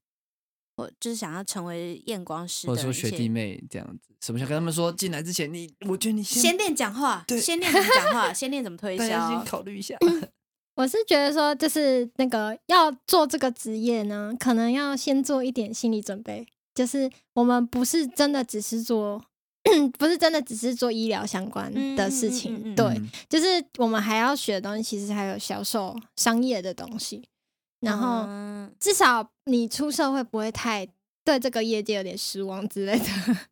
B: 我就是想要成为验光师的
A: 或者说
B: 一
A: 学
B: 些
A: 弟妹这样子，什么想跟他们说，进来之前你，我觉得你
B: 先练讲话，
A: 对
B: 先练怎么讲话，先练怎么 推
A: 大家先
C: 哦
B: 销。
A: 考虑一下。
C: 嗯
A: 嗯
C: 我是觉得说，就是那个要做这个职业呢，可能要先做一点心理准备，就是我们不是真的只是做， 不是真的只是做医疗相关的事情，
B: 嗯嗯嗯嗯嗯
C: 对，
A: 嗯
C: 就是我们还要学的东西，其实还有销售、商业的东西，然后
B: 嗯
C: 至少你出社会不会太对这个业界有点失望之类的，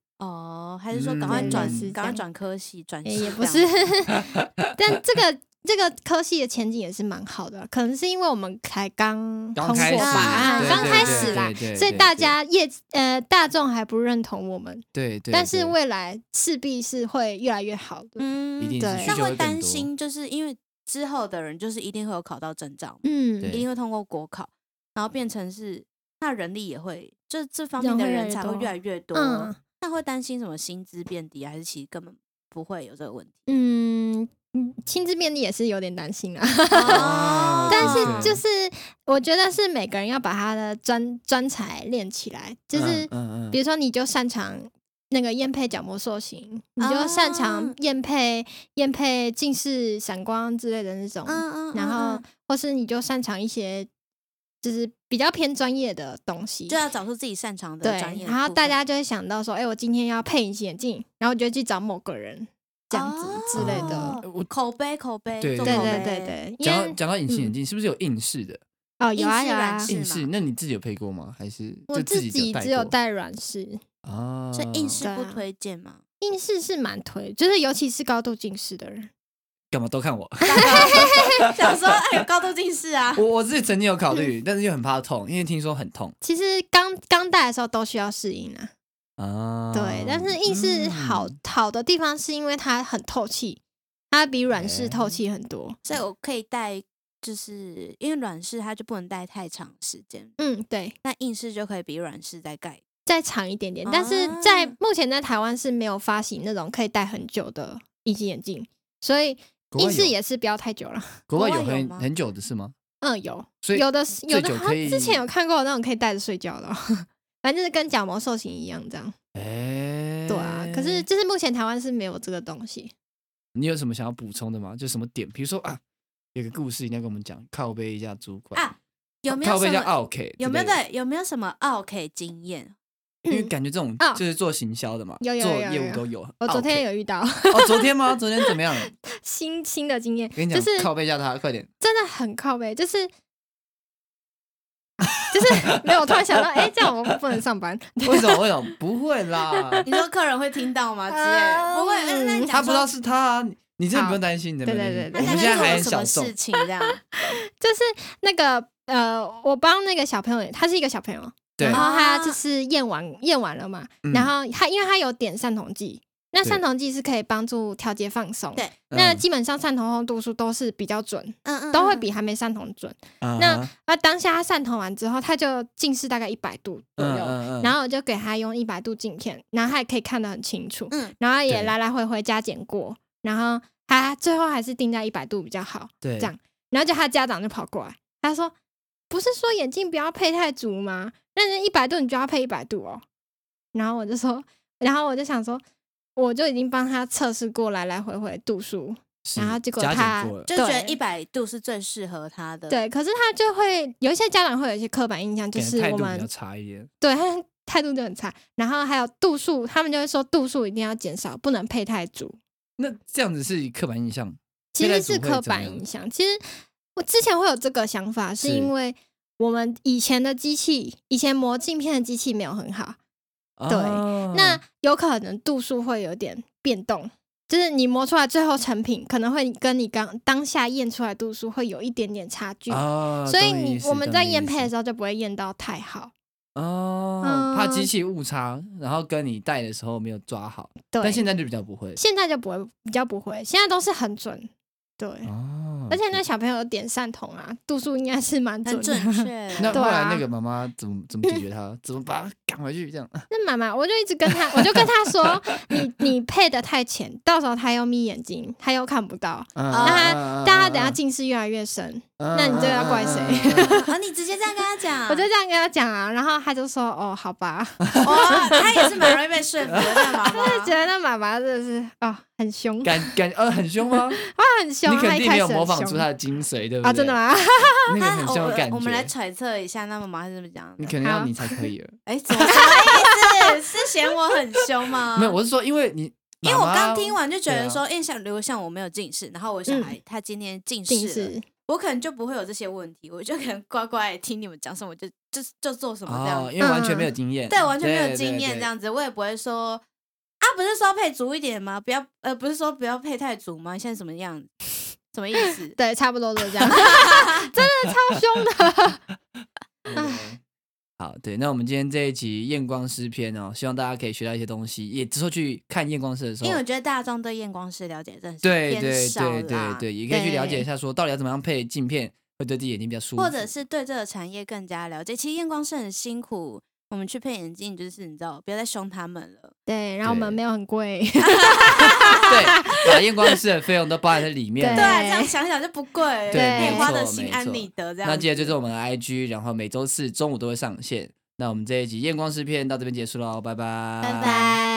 B: 哦，还是说赶
A: 嗯
B: 快转
A: 类似，
C: 这
B: 赶快
C: 样
B: 转科系，转
C: 也
B: 系
C: 也
B: 这
C: 不
B: 样
C: 是
B: 子
C: 但这个这个科系的前景也是蛮好的，可能是因为我们才刚
A: 刚
C: 通
A: 开
C: 过
A: 始
C: 法案，
B: 对
C: 刚
B: 对
C: 开
B: 对
C: 始啦
A: 对对，
C: 所以
A: 对
C: 大
A: 对
C: 家业呃大众还不认同我们，
A: 对对，
C: 但是
A: 对
C: 未来势必是会越来越好的。
A: 一定是
B: 嗯，
C: 对
A: 需
B: 那
A: 求
B: 会
A: 会更
B: 担
A: 多
B: 心，就是因为之后的人就是一定会有考到证照嘛，一
C: 嗯，
A: 对
B: 定会通过国考，然后变成是那人力也会，这这方面
C: 人
B: 的
C: 会越来
B: 人
C: 越
B: 才会
C: 多
B: 越来越多。
C: 嗯
B: 那会担心什么薪资变低，还是其实根本不会有这个问 题？
C: 嗯，嗯亲自便利也是有点担心啊，
A: 哦
C: 但是
A: 对
C: 就是我觉得是每个人要把他的专专才练起来，就是
A: 嗯嗯嗯
C: 比如说你就擅长。那个验配角膜塑形，你就
B: 啊
C: 擅长验配、验配近视、闪光之类的那种，
B: 嗯嗯，
C: 然
B: 嗯
C: 后
B: 嗯
C: 或是你就擅长一些就是比较偏专业的东西，
B: 就要找出自己擅长的专
C: 对，
B: 业的部分，
C: 然后大家就会想到说，哎、我今天要配隐形眼镜，然后我就去找某个人这样子之类的。
B: 哦
A: 呃我
B: 口碑口碑，
A: 对
B: 做
C: 对
B: 口
C: 对
B: 碑
C: 对，对，因
A: 讲到
C: 为
A: 讲到隐形眼
C: 嗯
A: 镜，是不是有应试的？
C: 哦有啊
B: 硬式
C: 有啊
B: 软，式
A: 应
B: 吗
A: 试，那你自己有配过吗？还是
C: 我
A: 就自
C: 自
A: 己
C: 己只有戴软式，
A: 啊？
B: 所以应试
C: 对
B: 不
C: 啊
B: 推荐嘛？
C: 近视是蛮推，就是尤其是高度近视的人，
A: 干嘛都看我？
B: 想说哎，有高度近视啊，
A: 我我自己曾经有考 虑，但是又很怕痛，因为听说很痛
C: 其实刚刚戴的时候都需要适应啊。
A: 啊。
C: 对，但是硬式好、
A: 嗯
C: 好的地方是因为它很透气，它比软式
A: 哎
C: 透气很多。
B: 所以我可以戴，就是因为软式它就不能戴太长时间，
C: 嗯，对，
B: 那硬式就可以比软式再盖
C: 再长一点点，但是在
A: 哦
C: 目前在台湾是没有发行那种可以戴很久的隐形眼镜，所以
A: 国
C: 硬
A: 外
C: 式
A: 有
C: 也是不要太久了。
A: 国外
B: 国
A: 有
B: 外有
A: 很
B: 吗
A: 很久的是吗？
C: 嗯，有
A: 所以
C: 有的是有的
A: 最久可
C: 好像
A: 以
C: 之前有看过那种可以戴着睡觉的哦、反正就是跟角膜塑形一样这样。
A: 哎，
C: 对啊，可是就是目前台湾是没有这个东西。
A: 你有什么想要补充的吗？就什么点？比如说啊，有个故事一定要跟我们讲，靠背一下主管
B: 啊，有没有
A: 靠背一
B: 什
A: 下
B: 么？
A: OK，
B: 有没有
A: 对？
B: 对？有没有什么 OK 经验？
A: 因为感觉这种
C: 哦
A: 就是做行销的嘛，
C: 有有
A: 做
C: 有有
A: 业务
C: 有
A: 都有。
C: 我昨天
A: 有
C: 有遇到
A: 哦，昨天吗？昨天怎么样？
C: 新新的经验，
A: 跟你
C: 就
A: 讲
C: 是，
A: 靠背一下他，快点。
C: 真的很靠背，就是。就是 没有，我突然想到，哎、这样我不能上班。
A: 为什么？为什么？不会啦，
B: 你说客人会听到吗？之类
C: 啊
B: 不会，哎那你
A: 嗯他
B: 讲
A: 不知道
B: 说
A: 是他啊，你真的不用担心，你真的不用
C: 对对
A: 担
B: 那
A: 心我们现在
B: 大概做
A: 还
B: 了
A: 很
B: 什
A: 小
B: 么
A: 众
B: 事，情这 样？嗯
C: 就是那个呃，我帮那个小朋友，他是一个小朋友，
A: 对
C: 然，后他就是验完验完了嘛，
A: 嗯
C: 然后他因为他有点散瞳剂，那
A: 对
C: 散瞳剂是可以帮助调节放松。
B: 对
C: 那
A: 嗯
C: 基本上散瞳后度数都是比较准，
B: 嗯嗯，
C: 都会
B: 嗯
C: 比还没散瞳准。
A: 啊
C: 那
A: 哈
C: 那当下他散瞳完之后，他就近视大概一百度左
A: 嗯
C: 右，
A: 嗯嗯，
C: 然后我就给他用一百度镜片，然后他也可以看得很清楚，
B: 嗯
C: 然后也
A: 对
C: 来来回回加减过，然后他最后还是定在一百度比较好。
A: 对
C: 这样然后就他家长就跑过来，他说：“不是说眼镜不要配太足吗？那是一百度你就要配一百度哦。”然后我就说，然后我就想说，我就已经帮他测试过来来回回度数，
A: 是
C: 然后结果
A: 加减
C: 他
A: 过了
B: 就觉得
C: 对
B: 一百度是最适合他
A: 嗯
B: 的。，
C: 对，可是他就会有一些家长会有一些刻板印象，就
A: 感觉
C: 是
A: 态
C: 我
A: 度比较
C: 们
A: 差一点，
C: 对他态度就很差，然后还有度数，他们就会说度数一定要减少，不能配太足。
A: 那这样子是刻板印象，
C: 其
A: 现在
C: 实是
A: 组会
C: 刻
A: 怎么
C: 板
A: 样
C: 印象。其实我之前会有这个想法，是
A: 是
C: 因为我们以前的机器，以前磨镜片的机器没有很好，对
A: 哦
C: 那有可能度数会有点变动，就是你磨出来最后成品可能会跟你刚当下验出来度数会有一点点差距，
A: 哦
C: 所以
A: 懂
C: 你
A: 意思
C: 我们
A: 懂
C: 在
A: 你
C: 验
A: 意
C: 配的
A: 思
C: 时候就不会验到太好。
A: 哦，怕机
C: 嗯
A: 器误差，然后跟你戴的时候没有抓好，
C: 对，
A: 但现在就比较不会
C: 现在就不会比较不会，现在都是很准。对，
A: 哦
C: 而且那小朋友的点散瞳啊，度数应该是蛮准
B: 很
C: 的。
B: 准确。
A: 那
C: 对
A: 后来那
C: 啊
A: 个妈妈怎么怎么解决 它？怎么把它赶回去？这样
C: 那妈妈，我就一直跟他，我就跟他说， 你你配的太浅，到时候他又眯眼睛，他又看不到。
B: 那
C: 嗯
A: 大
C: 他大家等下近视越来越深，那你这个要怪谁
B: 啊，你直接这样跟他
A: 嗯
B: 讲，
C: 我就这样跟他讲啊，然后他就说，哦，好吧。
B: 哇，他也是蛮容易被说服的，那妈
C: 我就觉
B: 妈。
C: 得那妈妈真的是哦，很 凶，
A: 感感呃很凶吗？
C: 她很凶，啊
A: 你
C: 她
A: 肯
C: 一
A: 定没
C: 开
A: 有
C: 始
A: 模
C: 很
A: 仿出
C: 凶
A: 它的精髓，对不对？
C: 啊，真 的？吗？
A: 那个很
B: 那
A: 凶
B: 我
A: 的感
B: 们我们来
A: 觉，嗯
B: 揣测一下，那妈妈是怎么讲
A: 你
B: 的？
A: 可能要
C: 好
A: 你才可以了。
B: 哎，怎么什么意思？ 是嫌我很凶吗？
A: 没有，我是说，因为你
B: 因为我
A: 妈妈
B: 刚听完就觉
A: 对啊
B: 得说，因为像比如像我没有近视，然后我小孩他今天近
C: 近
B: 视了，
C: 视，？
B: 我可能就不会有这些问题，我就可能乖乖听你们讲什么，我就就就做什么这样
A: 哦，因为完全没有经验，
B: 对，完全没有
A: 对
B: 经验这。样子，我也不会说啊，不是说配足一点吗？不要，呃，不是说不要配太足吗？现在什么样？什么意 思
C: 对，差不多都这样， 真的超凶的。
A: 对对对对好，对，那我们今天这一集验光师篇哦，希望大家可以学到一些东西，也之后去看验光师的时候
B: 因为，我觉得大众对验光师了解真的是
A: 哦对
B: 偏
A: 对
B: 少
A: 对对
B: 啦，
A: 对，也可以去
C: 对
A: 了解一下，说到底要怎么样配镜片会对自己眼睛比较舒服，
B: 或者是对这个产业更加了解。其实验光师很辛苦，我们去配眼镜就是你知道，不要再凶他们了。
C: 对，然后我们
A: 对
C: 没有很贵，
A: 对，把验光师的费用都包含在里面。
C: 对
B: 对，啊这样想想就不贵，
A: 对
B: 可以
C: 没
B: 花
A: 错
B: 的
A: 没
B: 心安
A: 错
B: 理得这样子。
A: 那记得追踪我们的 IG，然后每周四中午都会上线。那我们这一集验光师篇到这边结束喽，拜拜，
B: 拜拜。